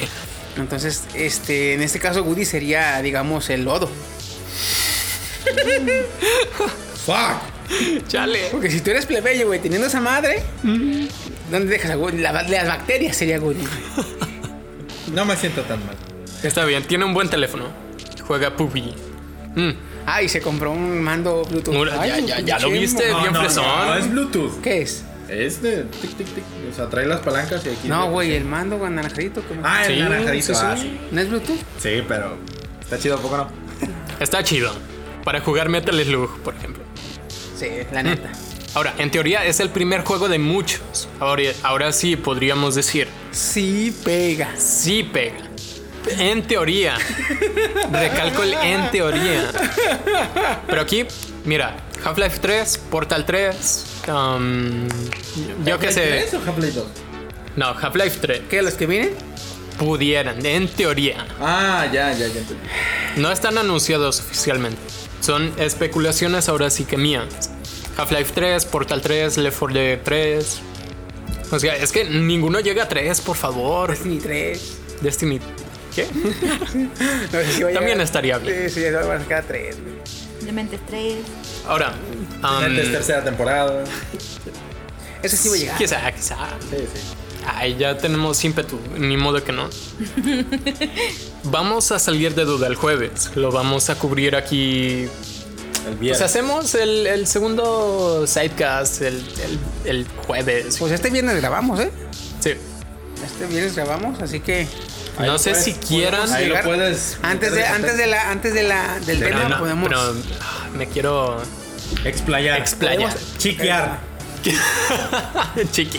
[SPEAKER 3] Entonces, este, en este caso, Woody sería, digamos, el lodo.
[SPEAKER 2] ¡Fuck!
[SPEAKER 1] Chale.
[SPEAKER 3] Porque si tú eres plebeyo, güey, teniendo esa madre, ¿dónde dejas a Woody? La- las bacterias sería Woody.
[SPEAKER 2] No me siento tan mal.
[SPEAKER 1] Está bien, tiene un buen teléfono. Juega PUBG. Mm,
[SPEAKER 3] Ay, se compró un mando Bluetooth.
[SPEAKER 1] Mira,
[SPEAKER 3] Ay,
[SPEAKER 1] ya, ya, ya lo
[SPEAKER 3] pinche
[SPEAKER 1] viste,
[SPEAKER 3] mo-
[SPEAKER 1] bien fresón.
[SPEAKER 2] no, es Bluetooth.
[SPEAKER 3] ¿Qué es?
[SPEAKER 7] Es de tic, tic, tic. O sea, trae las palancas y aquí.
[SPEAKER 3] No, güey, el mando con naranjito. ¿cómo?
[SPEAKER 2] Ah, el
[SPEAKER 1] Sí,
[SPEAKER 2] naranjadito.
[SPEAKER 1] sí, sí.
[SPEAKER 2] ah, sí.
[SPEAKER 3] ¿No es Bluetooth?
[SPEAKER 2] Sí, pero. Está chido, ¿a poco no?
[SPEAKER 1] Está chido. Para jugar Metal Slug, por ejemplo.
[SPEAKER 3] Sí, la neta.
[SPEAKER 1] Ahora, en teoría es el primer juego de muchos. Ahora, ahora sí podríamos decir,
[SPEAKER 3] Sí pega.
[SPEAKER 1] sí pega. En teoría. Recalco el en teoría. Pero aquí, mira, Half-Life 3, Portal 3, um, yo qué sé.
[SPEAKER 7] ¿Eso, Half-Life 2?
[SPEAKER 1] No, Half-Life 3.
[SPEAKER 3] ¿Qué, los que vienen?
[SPEAKER 1] Pudieran, en teoría.
[SPEAKER 7] Ah, ya, ya, ya entendí.
[SPEAKER 1] Um, No están anunciados oficialmente. Son especulaciones ahora sí que mías. Half-Life 3, Portal 3, Left 4 Dead 3. O sea, es que ninguno llega a 3, por favor.
[SPEAKER 3] Pues Ni tres.
[SPEAKER 1] Destiny. ¿Qué?
[SPEAKER 3] No sé si va a
[SPEAKER 1] También
[SPEAKER 3] llegar-
[SPEAKER 1] estaría bien.
[SPEAKER 3] Sí, sí, ya van a sacar tres, güey.
[SPEAKER 4] Dementes 3.
[SPEAKER 1] Ahora. um,
[SPEAKER 2] Esta es tercera temporada.
[SPEAKER 3] Eso sí va a llegar.
[SPEAKER 1] quizá, quizá.
[SPEAKER 7] Sí, sí.
[SPEAKER 1] Ay, ya tenemos ímpetu. Ni modo que
[SPEAKER 3] (laughs)
[SPEAKER 1] no. vamos a salir de duda el jueves. Lo vamos a cubrir aquí
[SPEAKER 7] El
[SPEAKER 1] Pues
[SPEAKER 7] viernes.
[SPEAKER 1] hacemos el, el segundo sidecast el, el- el jueves.
[SPEAKER 3] Pues este viernes grabamos, ¿eh?
[SPEAKER 1] Sí.
[SPEAKER 3] Este viernes grabamos, así que
[SPEAKER 7] Ahí
[SPEAKER 1] No
[SPEAKER 7] lo
[SPEAKER 1] sé
[SPEAKER 7] puedes-
[SPEAKER 1] si quieran.
[SPEAKER 7] Ahí lo
[SPEAKER 3] llegar.
[SPEAKER 7] puedes.
[SPEAKER 3] antes de,
[SPEAKER 7] meter
[SPEAKER 3] antes de la, antes de la, del
[SPEAKER 1] Pero
[SPEAKER 3] tema
[SPEAKER 1] no,
[SPEAKER 3] podemos.
[SPEAKER 1] pero, ah, me quiero (laughs)
[SPEAKER 2] Explayar.
[SPEAKER 1] explayar.
[SPEAKER 2] Chiquear.
[SPEAKER 1] Chiqui.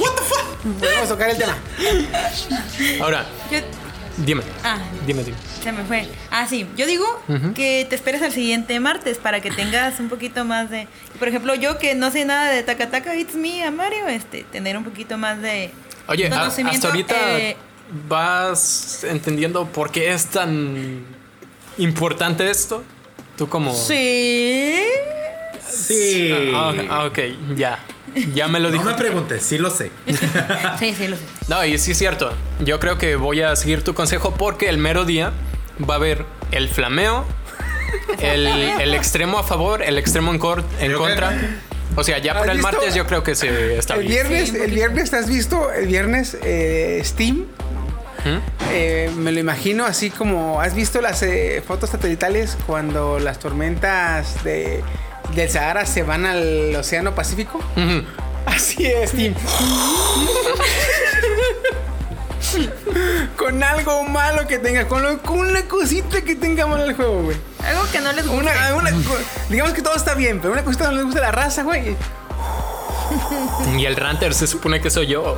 [SPEAKER 3] Podemos tocar el tema.
[SPEAKER 1] Ahora,
[SPEAKER 4] Yo,
[SPEAKER 1] dime.
[SPEAKER 4] ah,
[SPEAKER 1] Dime, dime.
[SPEAKER 4] se me fue. Ah, sí. Yo digo que te esperes al siguiente martes para que tengas un poquito más de. Por ejemplo, yo que no sé nada de Taka Taka It's Me a Mario, este, tener un poquito más de.
[SPEAKER 1] Oye, a-
[SPEAKER 4] conocimiento,
[SPEAKER 1] hasta ahorita
[SPEAKER 4] eh,
[SPEAKER 1] vas entendiendo por qué es tan importante esto. Tú como...
[SPEAKER 4] Sí.
[SPEAKER 2] Sí.
[SPEAKER 1] Ah, ah, ok, ya. Ya me lo
[SPEAKER 2] No
[SPEAKER 1] dijo.
[SPEAKER 2] me preguntes, sí lo sé.
[SPEAKER 4] Sí, sí, lo sé.
[SPEAKER 1] No, y sí es cierto. Yo creo que voy a seguir tu consejo porque el mero día va a haber el
[SPEAKER 4] (laughs)
[SPEAKER 1] flameo, el, el extremo a favor, el extremo en, cor- en
[SPEAKER 2] Yo
[SPEAKER 1] contra.
[SPEAKER 2] creo-
[SPEAKER 1] O sea, ya para
[SPEAKER 3] ¿Has
[SPEAKER 1] el
[SPEAKER 3] visto?
[SPEAKER 1] martes yo creo que se está
[SPEAKER 3] El
[SPEAKER 1] bien.
[SPEAKER 3] viernes,
[SPEAKER 4] Sí, un
[SPEAKER 3] el
[SPEAKER 4] poquito.
[SPEAKER 3] viernes, ¿te has visto? El viernes, eh, Steam.
[SPEAKER 1] ¿Mm?
[SPEAKER 3] eh, me lo imagino así como. ¿Has visto las eh, fotos satelitales cuando las tormentas de, del Sahara se van al Océano Pacífico?
[SPEAKER 1] Ujú.
[SPEAKER 3] Así es, Steam. con algo malo que tenga, con, lo- con una cosita que tenga mal el juego, güey.
[SPEAKER 4] Algo que no les gusta.
[SPEAKER 3] Una, una co- digamos que todo está bien, pero una cosita no le gusta a la raza, güey.
[SPEAKER 1] Y el ranter se supone que soy yo.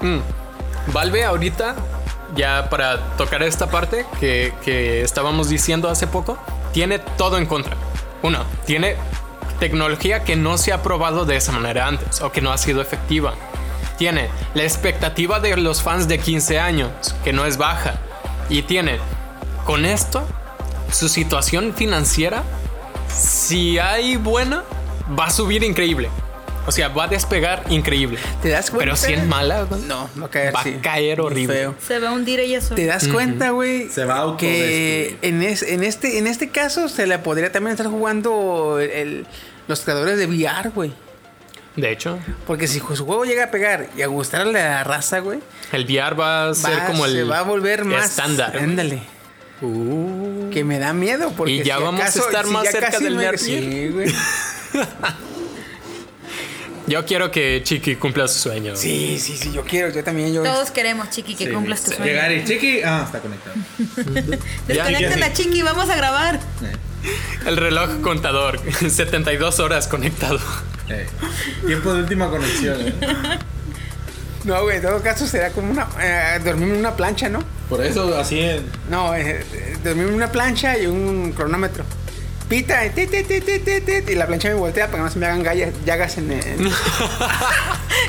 [SPEAKER 1] Mm. Valve ahorita, ya para tocar esta parte que, que estábamos diciendo hace poco, tiene todo en contra. Uno, tiene tecnología que no se ha probado de esa manera antes o que no ha sido efectiva. Tiene la expectativa de los fans de 15 años, que no es baja. Y tiene, con esto, su situación financiera si hay buena, va a subir increíble. O sea, va a despegar increíble.
[SPEAKER 3] ¿Te das cuenta?
[SPEAKER 1] Pero si es mala, güey,
[SPEAKER 3] No, va a caer.
[SPEAKER 1] Va a
[SPEAKER 3] sí.
[SPEAKER 1] caer
[SPEAKER 3] Muy
[SPEAKER 1] horrible.
[SPEAKER 3] feo.
[SPEAKER 4] Se va a hundir ella sola.
[SPEAKER 3] ¿Te das cuenta, güey?
[SPEAKER 2] Se va a
[SPEAKER 3] Que en, es- en, este, en este caso se la podría también estar jugando el- los creadores de VR, güey.
[SPEAKER 1] De hecho,
[SPEAKER 3] Porque si su juego llega a pegar y a gustarle a la raza, güey,
[SPEAKER 1] el VR va a ser
[SPEAKER 3] va-
[SPEAKER 1] como el
[SPEAKER 3] se va a volver más
[SPEAKER 1] estándar. Uh.
[SPEAKER 3] Ándale. Que me da miedo porque
[SPEAKER 1] Y ya vamos a estar
[SPEAKER 3] si
[SPEAKER 1] más
[SPEAKER 3] ya
[SPEAKER 1] cerca
[SPEAKER 3] casi
[SPEAKER 1] del
[SPEAKER 3] me-
[SPEAKER 1] Nerf.
[SPEAKER 3] Sí, güey.
[SPEAKER 1] Yo quiero que Chiqui cumpla su sueño.
[SPEAKER 3] Sí, sí, sí, yo quiero, yo también, yo.
[SPEAKER 4] Todos queremos, Chiqui, que cumplas tu sueño.
[SPEAKER 7] Llegar y chiqui. Ah, está conectado.
[SPEAKER 4] Desconecten
[SPEAKER 1] Ya.
[SPEAKER 4] a Chiqui, vamos a grabar.
[SPEAKER 7] Eh,
[SPEAKER 1] El reloj contador, (laughs) 72 horas conectado.
[SPEAKER 7] Eh, Tiempo de última conexión. eh.
[SPEAKER 3] No, güey, en todo caso será como una. eh, dormirme en una plancha, ¿no?
[SPEAKER 7] Por eso, así en.
[SPEAKER 3] No, eh, eh, dormirme en una plancha y un cronómetro. Pita, y ti, ti, ti, ti, ti, ti, y la plancha me voltea para que no se me hagan gallas- llagas en
[SPEAKER 1] (laughs)
[SPEAKER 3] el.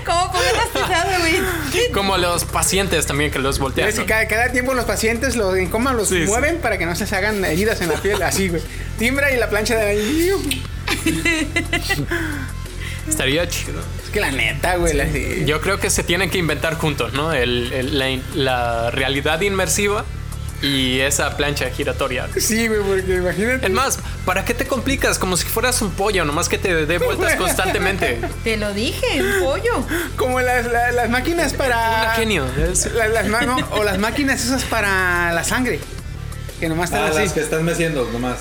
[SPEAKER 4] ¿Cómo ponerlas pisado, güey?
[SPEAKER 1] Como los pacientes también que los voltean.
[SPEAKER 3] Es que
[SPEAKER 1] ¿no?
[SPEAKER 3] cada, cada tiempo los pacientes los en coma los
[SPEAKER 1] Sí, sí.
[SPEAKER 3] mueven para que no se les hagan heridas en la piel, así, güey. Timbra y la plancha de ahí.
[SPEAKER 1] Estaría chido.
[SPEAKER 3] Es que la neta, güey. la- sí.
[SPEAKER 1] Yo creo que se tienen que inventar juntos, ¿no? El- el- la, in- la realidad inmersiva y esa plancha giratoria.
[SPEAKER 3] Sí, güey, porque imagínate.
[SPEAKER 1] Es más, ¿para qué te complicas? Como si fueras un pollo, nomás que te dé vueltas
[SPEAKER 3] (laughs)
[SPEAKER 1] constantemente.
[SPEAKER 4] Te lo dije, un pollo.
[SPEAKER 3] Como las, la- las máquinas para.
[SPEAKER 1] Un genio, es-
[SPEAKER 3] La- las ma- no, o las máquinas esas para la sangre. Que nomás están
[SPEAKER 7] Ah,
[SPEAKER 3] así.
[SPEAKER 7] las que están meciendo nomás.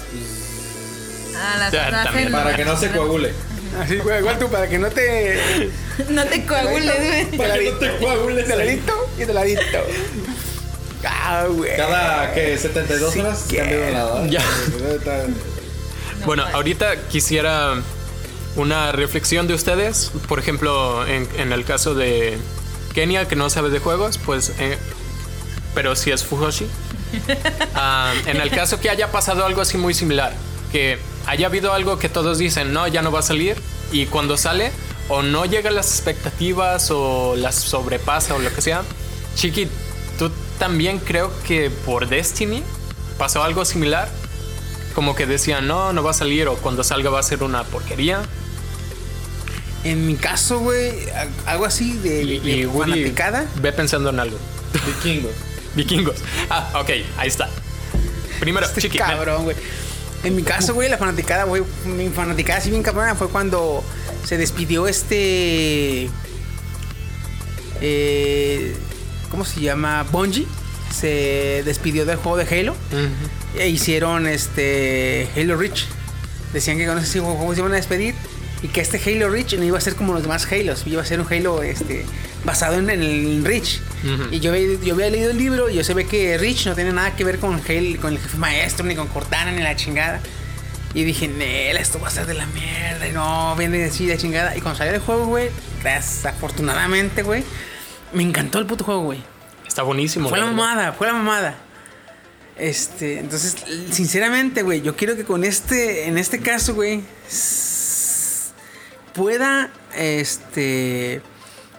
[SPEAKER 4] Ah, las
[SPEAKER 1] Ya,
[SPEAKER 4] hacen-
[SPEAKER 1] también.
[SPEAKER 7] Para que no se coagule.
[SPEAKER 3] Así, güey, igual tú, para que no te.
[SPEAKER 4] No te coagules, güey.
[SPEAKER 3] Para
[SPEAKER 7] que no te coagules
[SPEAKER 3] De
[SPEAKER 7] ahí.
[SPEAKER 3] ladito y de ladito. Ah, güey.
[SPEAKER 7] Cada que 72
[SPEAKER 3] Sí,
[SPEAKER 7] horas
[SPEAKER 3] yeah.
[SPEAKER 7] cambia de lado.
[SPEAKER 1] Ya.
[SPEAKER 7] Ya.
[SPEAKER 1] Bueno, ahorita quisiera una reflexión de ustedes. Por ejemplo, en, en el caso de Kenia, que no sabe de juegos, pues. eh, pero sí es Fujoshi. Ah, en el caso que haya pasado algo así muy similar, que haya habido algo que todos dicen, no, ya no va a salir, y cuando sale, o no llega a las expectativas, o las sobrepasa, o lo que sea. Chiqui, tú también creo que por Destiny pasó algo similar como que decían, no, no va a salir o cuando salga va a ser una porquería.
[SPEAKER 3] En mi caso, güey, a- algo así de,
[SPEAKER 1] Y,
[SPEAKER 3] de
[SPEAKER 1] y Woody
[SPEAKER 3] fanaticada.
[SPEAKER 1] ve pensando en algo.
[SPEAKER 7] (laughs) Vikingo.
[SPEAKER 1] Vikingos. (laughs) Ah, ok, ahí está. Primero,
[SPEAKER 3] Este
[SPEAKER 1] chiqui. ven.
[SPEAKER 3] cabrón, güey. En mi caso, güey, la fanaticada, güey, mi fanaticada así bien cabrona fue cuando se despidió este. eh, ¿Cómo se llama? Bungie. Se despidió del juego de Halo.
[SPEAKER 1] Ujú.
[SPEAKER 3] E hicieron este Halo Reach. Decían que con ese juego juego se iban a despedir y que este Halo Reach no iba a ser como los demás Halos, iba a ser un Halo este, basado en, en el Reach.
[SPEAKER 1] Ujú.
[SPEAKER 3] Y yo, había- yo había leído el libro y yo se ve que Reach no tiene nada que ver con Halo, con el jefe maestro, ni con Cortana, ni la chingada. Y dije, Nel, esto va a ser de la mierda. y No, viene así de chingada. Y cuando salió el juego, güey, desafortunadamente, güey, me encantó el puto juego, güey.
[SPEAKER 1] Está buenísimo.
[SPEAKER 3] Fue la
[SPEAKER 1] la verdad.
[SPEAKER 3] mamada, fue la mamada. Este, entonces, sinceramente, güey, yo quiero que con este, en este caso, güey, s- pueda, este,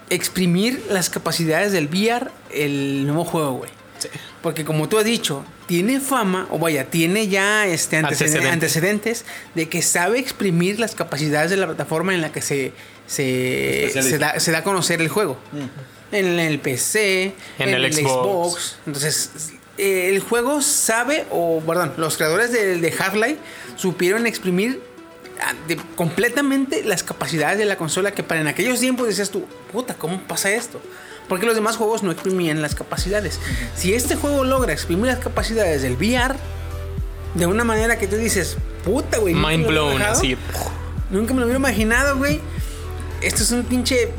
[SPEAKER 3] exprimir las capacidades del VR el nuevo juego, güey.
[SPEAKER 1] Sí.
[SPEAKER 3] Porque como tú has dicho, tiene fama, o vaya, tiene ya este antecedentes,
[SPEAKER 1] Antecedentes.
[SPEAKER 3] antecedentes de que sabe exprimir las capacidades de la plataforma en la que se, se,
[SPEAKER 7] Especializa.
[SPEAKER 3] se da, se da a conocer el juego.
[SPEAKER 1] Mm.
[SPEAKER 3] En el PC,
[SPEAKER 1] En el Xbox.
[SPEAKER 3] Entonces, eh, el juego sabe, o perdón, los creadores de, de Half-Life supieron exprimir ah, de- completamente las capacidades de la consola que para en aquellos tiempos decías tú, puta, ¿cómo pasa esto? Porque los demás juegos no exprimían las capacidades. Si este juego logra exprimir las capacidades del VR de una manera que tú dices, puta, güey. nunca me
[SPEAKER 1] Mind
[SPEAKER 3] lo había
[SPEAKER 1] blown,
[SPEAKER 3] bajado,
[SPEAKER 1] así.
[SPEAKER 3] Nunca me lo hubiera imaginado, güey. Esto es un pinche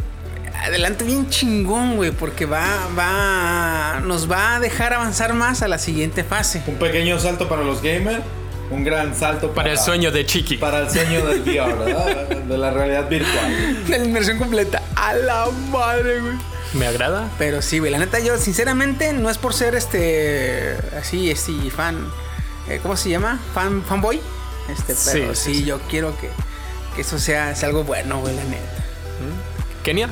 [SPEAKER 3] adelante bien chingón, güey, porque va, va, nos va a dejar avanzar más a la siguiente fase.
[SPEAKER 7] Un pequeño salto para los gamers. Un gran salto para,
[SPEAKER 1] Para
[SPEAKER 2] Ah.
[SPEAKER 1] el sueño de Chiqui.
[SPEAKER 7] Para el sueño del VR, ¿verdad? De la realidad virtual.
[SPEAKER 3] (laughs) La inmersión completa. A la madre, güey.
[SPEAKER 1] Me agrada.
[SPEAKER 3] Pero sí, güey, la neta, yo sinceramente no es por ser este, así, este, fan, eh, ¿cómo se llama? Fan, fanboy. Este,
[SPEAKER 1] Sí,
[SPEAKER 3] pero
[SPEAKER 1] sí,
[SPEAKER 3] sí,
[SPEAKER 1] sí.
[SPEAKER 3] yo quiero que, que eso sea, sea algo bueno, güey, la neta.
[SPEAKER 1] Kenia.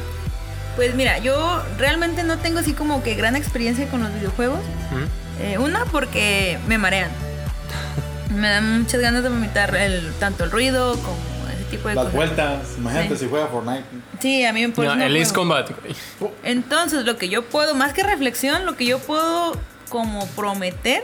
[SPEAKER 4] Pues mira, yo realmente no tengo así como que gran experiencia con los videojuegos. Eh, una, porque me marean. Me dan muchas ganas de vomitar el, tanto el ruido como ese tipo de
[SPEAKER 7] Las
[SPEAKER 4] cosas.
[SPEAKER 7] vueltas. Imagínate
[SPEAKER 4] Sí.
[SPEAKER 7] si juega Fortnite.
[SPEAKER 4] Sí, a mí me por
[SPEAKER 1] No,
[SPEAKER 4] eso Pues no
[SPEAKER 1] el Ace
[SPEAKER 4] juego.
[SPEAKER 1] Combat. güey.
[SPEAKER 4] Entonces, lo que yo puedo, más que reflexión, lo que yo puedo como prometer,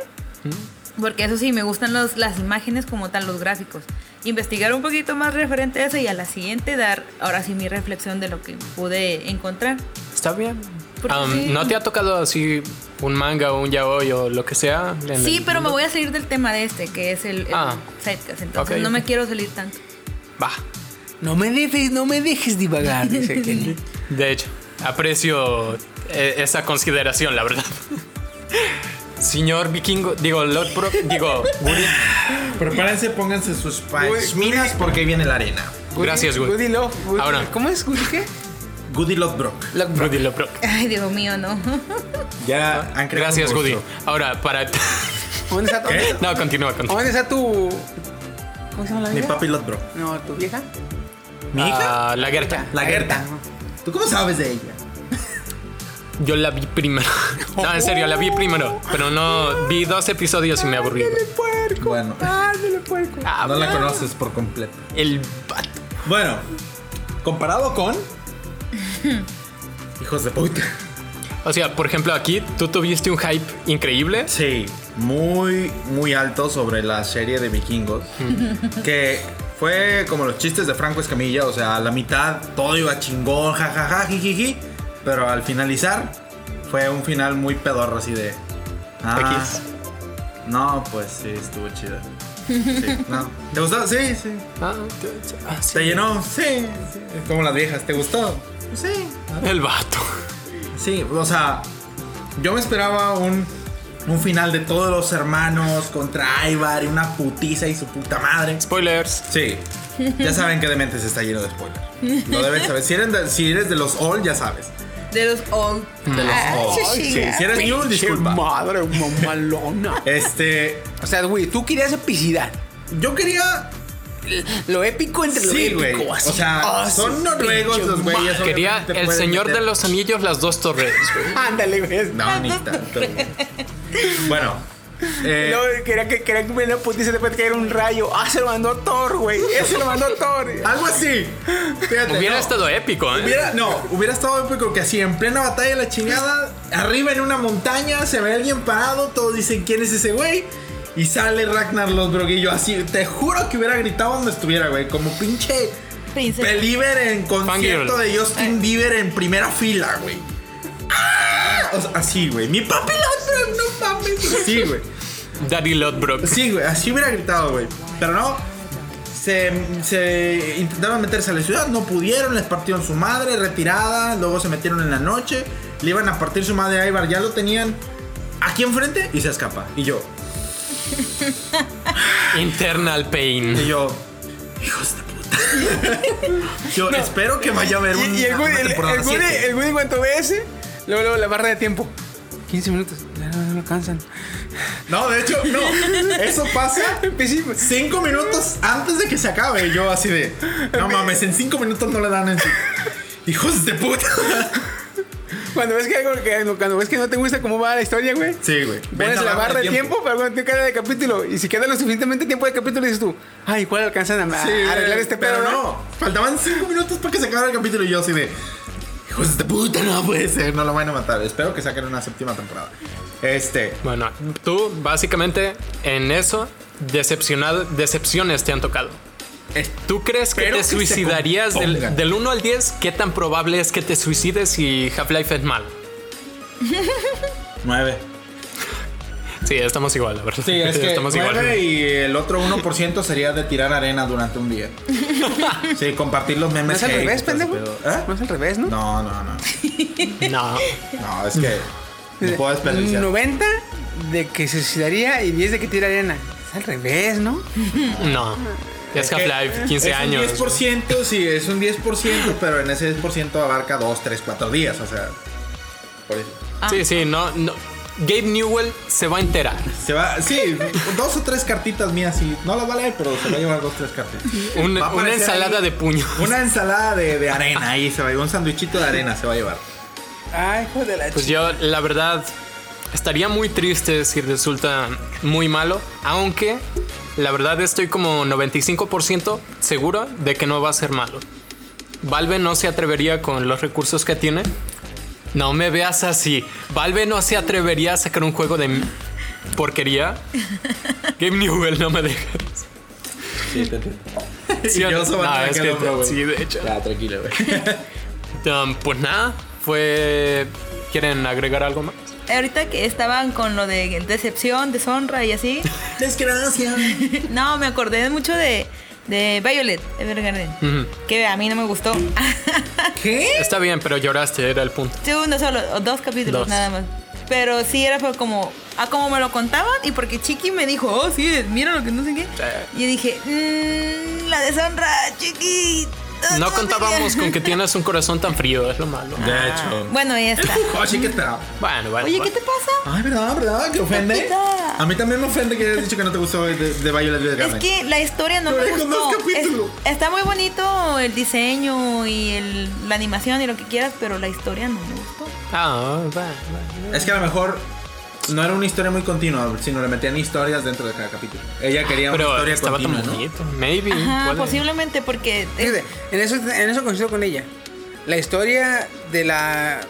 [SPEAKER 4] porque eso sí, me gustan los, las imágenes como tal, los gráficos. Investigar un poquito más referente a eso y a la siguiente dar ahora sí mi reflexión de lo que pude encontrar.
[SPEAKER 1] Está bien.
[SPEAKER 4] Porque
[SPEAKER 1] Um,
[SPEAKER 4] sí.
[SPEAKER 1] ¿No te ha tocado así un manga o un yaoi o lo que sea? en el
[SPEAKER 4] Sí, pero me
[SPEAKER 1] mundo?
[SPEAKER 4] voy a salir del tema de este, que es el, el
[SPEAKER 1] Ah.
[SPEAKER 4] sidecast, entonces
[SPEAKER 1] Ok,
[SPEAKER 4] no me
[SPEAKER 1] ok.
[SPEAKER 4] quiero salir tanto.
[SPEAKER 1] Va.
[SPEAKER 3] No me dejes, no me dejes divagar, dice (laughs) Kenny.
[SPEAKER 1] De hecho, aprecio eh, esa consideración, la verdad. Señor vikingo, digo, Lord Pro, digo, Woody,
[SPEAKER 2] Prepárense, pónganse sus
[SPEAKER 3] Güey,
[SPEAKER 2] minas porque ahí viene la arena.
[SPEAKER 3] Pues,
[SPEAKER 1] Gracias, Woody.
[SPEAKER 3] Woody Love. Woody-
[SPEAKER 2] Ah,
[SPEAKER 1] Ahora.
[SPEAKER 3] pues, ¿Cómo es? ¿Woody qué?
[SPEAKER 2] Goody Love Brock.
[SPEAKER 1] Woody Lord Pro.
[SPEAKER 4] (laughs) Ay, Dios mío, no. (laughs)
[SPEAKER 2] Ya han creado
[SPEAKER 1] Gracias,
[SPEAKER 2] un
[SPEAKER 1] Woody.
[SPEAKER 2] monstruo.
[SPEAKER 1] Ahora, para. (laughs)
[SPEAKER 3] ¿Dónde está,
[SPEAKER 2] ¿Qué?
[SPEAKER 1] No, continúa, continúa.
[SPEAKER 3] ¿Dónde está tu. ¿Cómo se llama la
[SPEAKER 2] Mi
[SPEAKER 3] vieja?
[SPEAKER 2] papi Love Brock.
[SPEAKER 3] No, tu vieja.
[SPEAKER 2] ¿Mi hija?
[SPEAKER 1] Ah, la Gerta.
[SPEAKER 2] La Gerta.
[SPEAKER 6] ¿Tú cómo sabes de ella?
[SPEAKER 1] Yo la vi primero. (laughs) No, en serio, la vi primero. Pero no, vi dos episodios y me aburrí.
[SPEAKER 2] Bueno, (laughs)
[SPEAKER 1] Ah,
[SPEAKER 2] no la conoces por completo.
[SPEAKER 1] El vato.
[SPEAKER 2] Bueno, comparado con. (laughs) Hijos de puta.
[SPEAKER 1] O sea, por ejemplo, aquí tú tuviste un hype increíble.
[SPEAKER 2] Sí, muy, muy alto sobre la serie de (laughs) vikingos. que fue como los chistes de Franco Escamilla, o sea, a la mitad todo iba chingón, jajaja, jijiji. Pero al finalizar, fue un final muy pedorro, así de. Ah,
[SPEAKER 1] X.
[SPEAKER 2] no, pues sí, estuvo chido. (laughs) Sí, no. ¿Te gustó? Sí, sí.
[SPEAKER 1] Ah, t- ah, sí.
[SPEAKER 2] ¿Te llenó? Sí, sí. Como las viejas, ¿te gustó? Sí.
[SPEAKER 1] El vato.
[SPEAKER 2] Sí, o sea, yo me esperaba un, un final de todos los hermanos contra Ivar y una putiza y su puta madre.
[SPEAKER 1] Spoilers.
[SPEAKER 2] Sí,
[SPEAKER 3] (laughs)
[SPEAKER 2] ya saben que Dementes está lleno de spoilers. Lo deben saber. Si eres de, si eres de los All, ya sabes.
[SPEAKER 4] De los old.
[SPEAKER 2] De los
[SPEAKER 4] Ah,
[SPEAKER 2] All. Sí,
[SPEAKER 4] chinga.
[SPEAKER 2] si eres New, disculpa.
[SPEAKER 3] madre mamalona.
[SPEAKER 2] Este,
[SPEAKER 3] o sea, güey, tú querías epicidad.
[SPEAKER 2] yo quería.
[SPEAKER 3] Lo épico entre lo
[SPEAKER 2] Sí, güey.
[SPEAKER 3] épico.
[SPEAKER 2] O
[SPEAKER 3] así.
[SPEAKER 2] sea,
[SPEAKER 3] Ah,
[SPEAKER 2] son
[SPEAKER 3] sí,
[SPEAKER 2] noruegos
[SPEAKER 3] pinche
[SPEAKER 2] los güeyes.
[SPEAKER 3] madre.
[SPEAKER 1] Quería
[SPEAKER 2] obviamente
[SPEAKER 1] el
[SPEAKER 2] pueden
[SPEAKER 1] Señor de
[SPEAKER 2] meter-
[SPEAKER 1] los Anillos, las dos torres. güey.
[SPEAKER 3] (laughs) Ándale, güey.
[SPEAKER 2] No,
[SPEAKER 3] (laughs)
[SPEAKER 2] ni tanto. Bueno. eh,
[SPEAKER 3] No, quería que quería que me la putiza después de caer un rayo. Ah, se lo mandó Thor, güey. Ese lo mandó
[SPEAKER 2] (laughs)
[SPEAKER 3] Thor.
[SPEAKER 2] algo así. Fíjate,
[SPEAKER 1] Hubiera
[SPEAKER 2] no.
[SPEAKER 1] estado épico, ¿eh?
[SPEAKER 2] Hubiera- no, hubiera estado épico que así en plena batalla la chingada, arriba en una montaña, se ve alguien parado, todos dicen quién es ese güey. Y sale Ragnar los broguillos así. Te juro que hubiera gritado donde estuviera, güey. Como pinche
[SPEAKER 4] Princesa.
[SPEAKER 2] Believer en concierto
[SPEAKER 1] Fangirl.
[SPEAKER 2] de Justin Bieber en primera fila, güey. ¡Ah! O sea, así, güey. Mi papi lo hace, no mames. Sí, güey.
[SPEAKER 1] Daddy Lodbrok.
[SPEAKER 2] (laughs) Sí, güey, así hubiera gritado, güey. Pero no. Se, se intentaron meterse a la ciudad, no pudieron, les partieron su madre, retirada, luego se metieron en la noche, le iban a partir su madre a Ibar, ya lo tenían aquí enfrente y se escapa. Y yo,
[SPEAKER 1] Internal
[SPEAKER 2] y
[SPEAKER 1] Pain.
[SPEAKER 2] yo, hijos de puta. (laughs) yo espero que vaya a haber un,
[SPEAKER 3] Y, y el güey,
[SPEAKER 2] una
[SPEAKER 3] el, el
[SPEAKER 2] temporada
[SPEAKER 3] güey,
[SPEAKER 2] siete.
[SPEAKER 3] el güey en cuanto ve ese, luego, luego la barra de tiempo. 15 minutos, ya no, no alcanzan.
[SPEAKER 2] No, de hecho, no. Eso pasa
[SPEAKER 3] Empecimos.
[SPEAKER 2] cinco minutos antes de que se acabe. Y Yo así de,
[SPEAKER 3] (laughs)
[SPEAKER 2] no mames, en cinco minutos no le dan en su... Hijos de puta.
[SPEAKER 3] Cuando ves que algo que- cuando ves que no te gusta cómo va la historia, güey.
[SPEAKER 2] Sí, güey. Ven
[SPEAKER 3] Pones
[SPEAKER 2] a
[SPEAKER 3] la barra de tiempo,
[SPEAKER 2] tiempo.
[SPEAKER 3] para cuando te queda de capítulo. Y si queda lo suficientemente tiempo de capítulo, dices tú, ay, ¿cuál alcanzan a, a
[SPEAKER 2] Sí,
[SPEAKER 3] arreglar
[SPEAKER 2] güey,
[SPEAKER 3] este
[SPEAKER 2] pero
[SPEAKER 3] pedo?
[SPEAKER 2] no. Faltaban 5 minutos para que se acabara el capítulo y yo así de. Hijos de puta, no puede ser, no lo van a matar. Espero que saquen una séptima temporada. Este.
[SPEAKER 1] Bueno, tú básicamente en eso decepcionado, decepciones te han tocado. ¿Tú crees que
[SPEAKER 2] Espero
[SPEAKER 1] te
[SPEAKER 2] que se
[SPEAKER 1] suicidarías del,
[SPEAKER 2] compongan.
[SPEAKER 1] del 1 al 10? ¿Qué tan probable es que te suicides si Half-Life es mal?
[SPEAKER 2] 9.
[SPEAKER 1] Sí, estamos igual, la verdad. (laughs)
[SPEAKER 2] Sí, es que
[SPEAKER 1] estamos igual.
[SPEAKER 2] 9 y el otro 1% sería de tirar arena durante
[SPEAKER 1] (laughs)
[SPEAKER 2] un día. Sí, compartir los
[SPEAKER 3] ¿No
[SPEAKER 2] memes.
[SPEAKER 3] es al
[SPEAKER 2] hate y
[SPEAKER 3] revés,
[SPEAKER 2] todo ese
[SPEAKER 3] pendejo?
[SPEAKER 2] pedo. ¿Eh?
[SPEAKER 3] No es al revés, ¿no?
[SPEAKER 2] No, no, no.
[SPEAKER 1] No.
[SPEAKER 2] No, es que. No puedo desperdiciar.
[SPEAKER 3] 90 de que se suicidaría y 10 de que tira arena. Es al revés, ¿no?
[SPEAKER 1] No. Es Half-Life, 15
[SPEAKER 2] es
[SPEAKER 1] años.
[SPEAKER 2] Un 10%, sí, es un 10%, pero en ese 10% abarca 2, 3, 4 días, o sea. Por eso.
[SPEAKER 1] Sí, sí, no, no. Gabe Newell se va a enterar.
[SPEAKER 2] Se va, sí, dos o tres cartitas mías, sí. No las va a leer, pero se va a llevar dos o tres cartitas.
[SPEAKER 1] Un- una
[SPEAKER 2] Va a aparecer
[SPEAKER 1] ensalada
[SPEAKER 2] ahí.
[SPEAKER 1] de puños.
[SPEAKER 2] Una ensalada de, de arena ahí se va a llevar, un sandwichito de arena se va a llevar. Ah,
[SPEAKER 3] Ay, hijo de la
[SPEAKER 1] Pues
[SPEAKER 3] chi-
[SPEAKER 1] yo, la verdad, estaría muy triste si resulta muy malo. Aunque, la verdad, estoy como 95% seguro de que no va a ser malo. Valve no se atrevería con los recursos que tiene. No me veas así. Valve no se atrevería a sacar un juego de m-
[SPEAKER 2] (laughs)
[SPEAKER 1] porquería. Game Newell, no me dejes. (laughs) Sí,
[SPEAKER 2] Y yo
[SPEAKER 1] no,
[SPEAKER 2] se va a
[SPEAKER 1] es
[SPEAKER 2] tragar
[SPEAKER 1] que-
[SPEAKER 2] el hombro, güey.
[SPEAKER 1] sí, de hecho.
[SPEAKER 7] Ya, tranquilo,
[SPEAKER 2] (laughs)
[SPEAKER 7] güey.
[SPEAKER 1] Um, pues nada, fue. ¿Quieren agregar algo más?
[SPEAKER 4] Ahorita que estaban con lo de decepción, deshonra y así.
[SPEAKER 6] Desgracia.
[SPEAKER 4] No, me acordé mucho de, de Violet Evergarden. Que a mí no
[SPEAKER 1] (laughs)
[SPEAKER 4] me gustó.
[SPEAKER 6] ¿Qué?
[SPEAKER 1] Está bien, pero lloraste, era el punto.
[SPEAKER 4] Sí, uno solo, o dos capítulos
[SPEAKER 1] Dos.
[SPEAKER 4] nada más. Pero sí era fue como, a como me lo contaban y porque Chiqui me dijo, oh sí, mira lo que no sé qué. Y yo dije, "Mm, la deshonra, Chiqui.
[SPEAKER 1] No contábamos con que
[SPEAKER 4] tiene
[SPEAKER 1] tienes un corazón tan frío, es lo malo.
[SPEAKER 2] De hecho.
[SPEAKER 4] (laughs) Bueno, ya está.
[SPEAKER 2] Oh, sí que esperaba.
[SPEAKER 1] Bueno, bueno.
[SPEAKER 4] Oye, ¿qué
[SPEAKER 1] bueno.
[SPEAKER 4] te pasa?
[SPEAKER 1] Ah,
[SPEAKER 2] Ay, ¿verdad? ¿Verdad? ¿Que ofende?
[SPEAKER 4] Paquita.
[SPEAKER 2] A mí también me ofende que hayas dicho que no te gustó de, de Violet
[SPEAKER 4] Es
[SPEAKER 2] Evergarden.
[SPEAKER 4] que la historia no
[SPEAKER 2] Pero
[SPEAKER 4] me
[SPEAKER 2] hay con
[SPEAKER 4] gustó.
[SPEAKER 2] dos capítulos.
[SPEAKER 4] Es- está muy bonito el diseño y el- la animación y lo que quieras, pero la historia no me gustó.
[SPEAKER 1] Ah, bueno, bueno.
[SPEAKER 2] Es que a lo mejor no era una historia muy continua, sino le metían historias dentro de cada capítulo. Ella quería una
[SPEAKER 1] Pero
[SPEAKER 2] historia
[SPEAKER 1] estaba
[SPEAKER 2] continua,
[SPEAKER 1] tan
[SPEAKER 2] ¿no?
[SPEAKER 1] bonito. Maybe.
[SPEAKER 4] Ajá,
[SPEAKER 1] puede.
[SPEAKER 4] posiblemente porque
[SPEAKER 3] Fíjate, en eso, en eso coincido con ella. La historia de la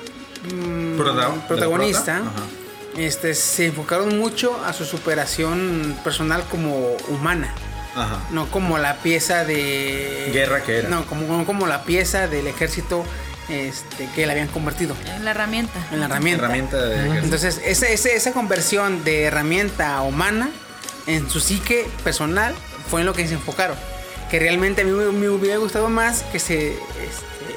[SPEAKER 3] mm,
[SPEAKER 2] Prota- de la
[SPEAKER 3] protagonista
[SPEAKER 2] prota, ajá.
[SPEAKER 3] este, se enfocaron mucho a su superación personal como humana.
[SPEAKER 2] Ajá.
[SPEAKER 3] No como la pieza de.
[SPEAKER 2] Guerra que era.
[SPEAKER 3] No, como, no como la pieza del ejército este, que la habían convertido
[SPEAKER 4] la herramienta.
[SPEAKER 3] en la herramienta.
[SPEAKER 2] Herramienta de ejercicio.
[SPEAKER 3] Entonces, esa, esa- esa conversión de herramienta a humana en su psique personal fue en lo que se enfocaron. Que realmente a mí me, me hubiera gustado más que se. este,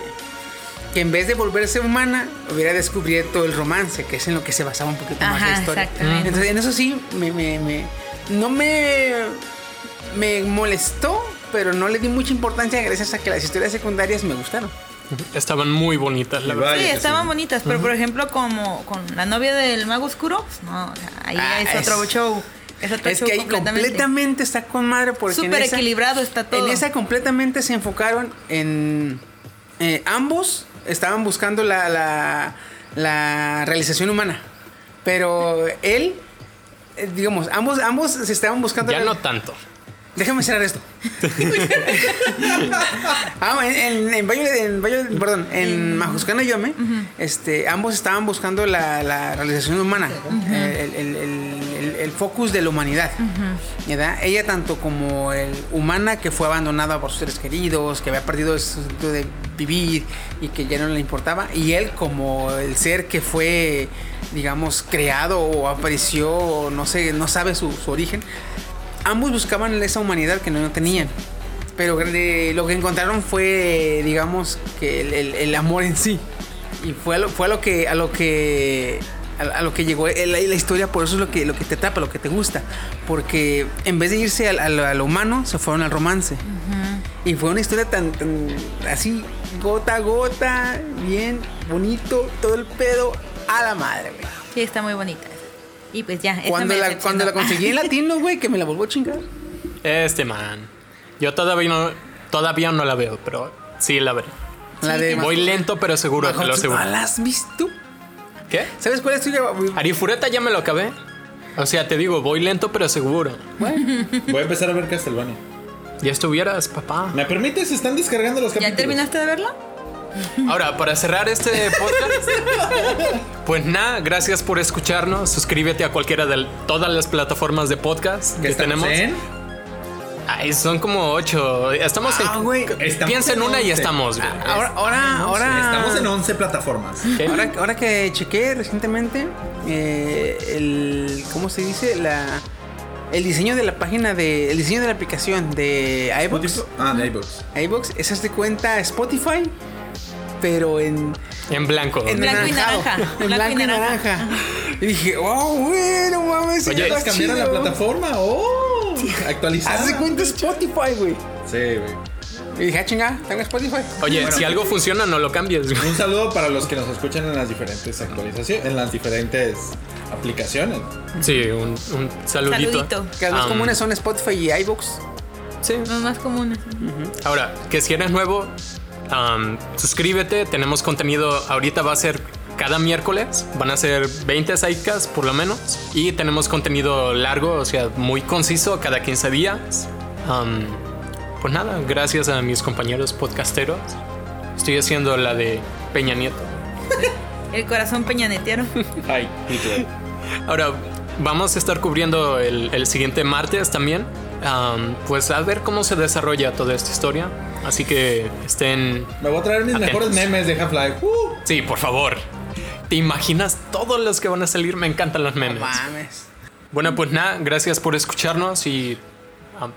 [SPEAKER 3] que en vez de volverse humana, hubiera descubierto el romance, que es en lo que se basaba un poquito más la
[SPEAKER 4] Ajá,
[SPEAKER 3] historia.
[SPEAKER 4] exactamente.
[SPEAKER 3] Entonces, en eso sí, me, me- me- no me, me molestó, pero no le di mucha importancia gracias a que las historias secundarias me gustaron.
[SPEAKER 1] Estaban muy bonitas, la
[SPEAKER 2] Y
[SPEAKER 1] verdad.
[SPEAKER 2] vaya
[SPEAKER 4] Sí,
[SPEAKER 2] que
[SPEAKER 4] estaban bonitas, pero por ejemplo, como con la novia del mago oscuro, pues, no, o sea, ahí
[SPEAKER 3] Ah,
[SPEAKER 4] es otro
[SPEAKER 3] es-
[SPEAKER 4] show. Es otro
[SPEAKER 3] Es
[SPEAKER 4] show
[SPEAKER 3] que ahí completamente está con madre porque en
[SPEAKER 4] Súper
[SPEAKER 3] esa-
[SPEAKER 4] equilibrado está todo.
[SPEAKER 3] En esa completamente se enfocaron en. eh, ambos estaban buscando la, la, la realización humana. Pero él, eh, digamos, ambos, ambos se estaban buscando.
[SPEAKER 1] Ya
[SPEAKER 3] la-
[SPEAKER 1] no tanto.
[SPEAKER 3] Déjame cerrar esto. ah, en, en, en Violet- en Violet- perdón, en Majuscana Yome, este, ambos estaban buscando la, la realización humana, el, el- el- el- el focus de la humanidad. ¿verdad? Ella tanto como el humana que fue abandonada por sus seres queridos, que había perdido su sentido de vivir y que ya no le importaba, y él como el ser que fue, digamos, creado o apareció, o no sé, no sabe su- su origen, ambos buscaban esa humanidad que no tenían. Pero de- lo que encontraron fue, digamos, que el, el- el amor en sí. Y fue a lo, fue a lo que a lo que a, a lo que llegó el- la, la historia, por eso es lo que lo que te tapa, lo que te gusta, porque en vez de irse al, al- al humano, se fueron al romance. Y fue una historia tan, tan así gota a gota, bien bonito, todo el pedo a la madre, güey.
[SPEAKER 4] Sí, está muy bonita. Y pues ya. esa
[SPEAKER 3] Cuando
[SPEAKER 4] me
[SPEAKER 3] la,
[SPEAKER 4] decepcionó.
[SPEAKER 3] cuando la conseguí en latino, güey, que me la volvó a chingar.
[SPEAKER 1] Este man. Yo todavía no, todavía no la veo, pero sí la veré.
[SPEAKER 3] La de
[SPEAKER 1] Voy lento, pero seguro, te lo
[SPEAKER 3] Bajo-
[SPEAKER 1] aseguro.
[SPEAKER 3] ¿Ah, ¿La has visto?
[SPEAKER 1] ¿Qué?
[SPEAKER 3] ¿Sabes cuál es tuya?
[SPEAKER 1] Arifureta ya me lo acabé. O sea, te digo, voy lento, pero seguro.
[SPEAKER 7] Voy a empezar a ver Castlevania.
[SPEAKER 1] Ya estuvieras, papá.
[SPEAKER 7] ¿Me permites? Están descargando los capítulos.
[SPEAKER 4] (laughs) ¿Ya terminaste de verla?
[SPEAKER 1] Ahora, para
[SPEAKER 7] (laughs)
[SPEAKER 1] cerrar este podcast, pues nada, gracias por escucharnos. Suscríbete a cualquiera de todas las plataformas de podcast
[SPEAKER 7] ¿Qué
[SPEAKER 1] que
[SPEAKER 7] estamos
[SPEAKER 1] tenemos.
[SPEAKER 7] en?
[SPEAKER 1] Ay, son como ocho. Estamos en.
[SPEAKER 3] Ah, güey.
[SPEAKER 7] Estamos
[SPEAKER 1] Piensa en
[SPEAKER 7] en
[SPEAKER 1] una y
[SPEAKER 7] once. Ah,
[SPEAKER 1] estamos, güey.
[SPEAKER 3] Ahora, ahora, ahora.
[SPEAKER 2] Estamos en 11 plataformas.
[SPEAKER 1] ¿Qué?
[SPEAKER 3] Ahora, ahora que chequé recientemente, eh, el. ¿Cómo se dice? La. El diseño de la página de. El diseño de la aplicación de iBox.
[SPEAKER 2] Ah, de iVoox.
[SPEAKER 3] iBox, esa es de cuenta Spotify, pero en.
[SPEAKER 1] En blanco.
[SPEAKER 3] en
[SPEAKER 4] Blanco y
[SPEAKER 3] anaranjado,
[SPEAKER 4] naranja, blanco
[SPEAKER 3] En
[SPEAKER 4] y
[SPEAKER 3] blanco y
[SPEAKER 4] naranja.
[SPEAKER 3] naranja. Y dije, oh, güey, no mames.
[SPEAKER 1] Oye,
[SPEAKER 3] está
[SPEAKER 7] ¿Les cambiaron la
[SPEAKER 3] chido".
[SPEAKER 7] plataforma? ¡Oh! Actualizada.
[SPEAKER 3] Haz de cuenta Spotify, güey.
[SPEAKER 7] Sí, güey.
[SPEAKER 3] Y dije, ah, chinga, tengo Spotify.
[SPEAKER 1] Oye, si algo funciona, no lo cambies. güey.
[SPEAKER 7] Un saludo para los que nos escuchan en las diferentes actualizaciones, en las diferentes aplicaciones.
[SPEAKER 1] Sí, un, un saludito.
[SPEAKER 4] Saludito.
[SPEAKER 3] Que las más
[SPEAKER 1] Am,
[SPEAKER 3] comunes son Spotify y iBox.
[SPEAKER 1] Sí.
[SPEAKER 4] Los más comunes.
[SPEAKER 1] Ahora, que si eres nuevo, am, suscríbete. Tenemos contenido. Ahorita va a ser cada miércoles. Van a ser 20 sidecasts por lo menos. Y tenemos contenido largo, o sea, muy conciso, cada 15 días. Am, pues nada, gracias a mis compañeros podcasteros. Estoy haciendo la de Peña Nieto.
[SPEAKER 4] El corazón
[SPEAKER 3] (laughs)
[SPEAKER 4] peñanetero.
[SPEAKER 7] Ay, Hitler.
[SPEAKER 1] Ahora, vamos a estar cubriendo el, el siguiente martes también. Am, pues a ver cómo se desarrolla toda esta historia. Así que estén
[SPEAKER 7] Me voy a traer mis
[SPEAKER 1] Atentos.
[SPEAKER 7] mejores memes de Half-Life. ¡Uh!
[SPEAKER 1] Sí, por favor. ¿Te imaginas todos los que van a salir? Me encantan los memes.
[SPEAKER 3] Mames.
[SPEAKER 1] Bueno, pues nada, gracias por escucharnos y ah,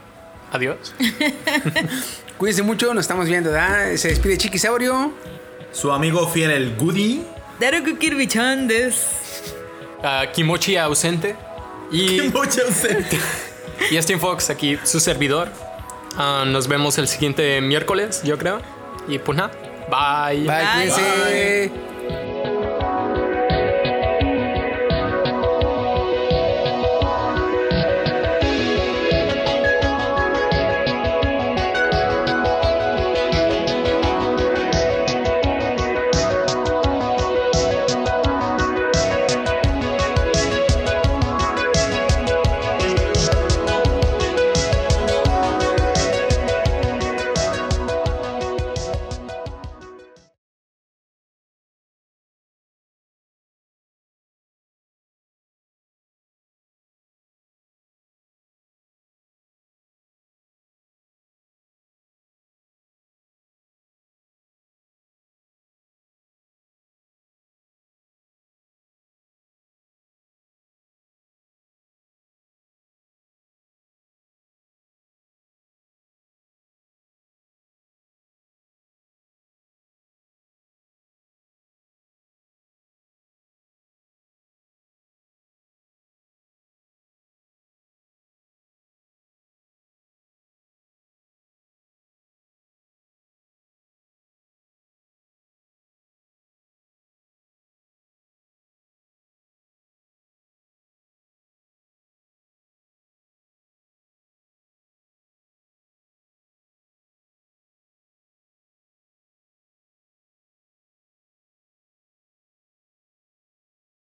[SPEAKER 1] Adiós.
[SPEAKER 3] Cuídense mucho, nos estamos viendo, ¿verdad? Se despide Chiquisaurio.
[SPEAKER 2] Su amigo fiel, el Goody.
[SPEAKER 4] Daruku Kirby-chan des.
[SPEAKER 1] Ah, Kimochi ausente. (laughs) Y, y Steam Fox aquí, su servidor. Ah, nos vemos el siguiente miércoles, yo creo. Y pues nada. Bye.
[SPEAKER 3] Bye,
[SPEAKER 4] Bye.
[SPEAKER 3] cuídense.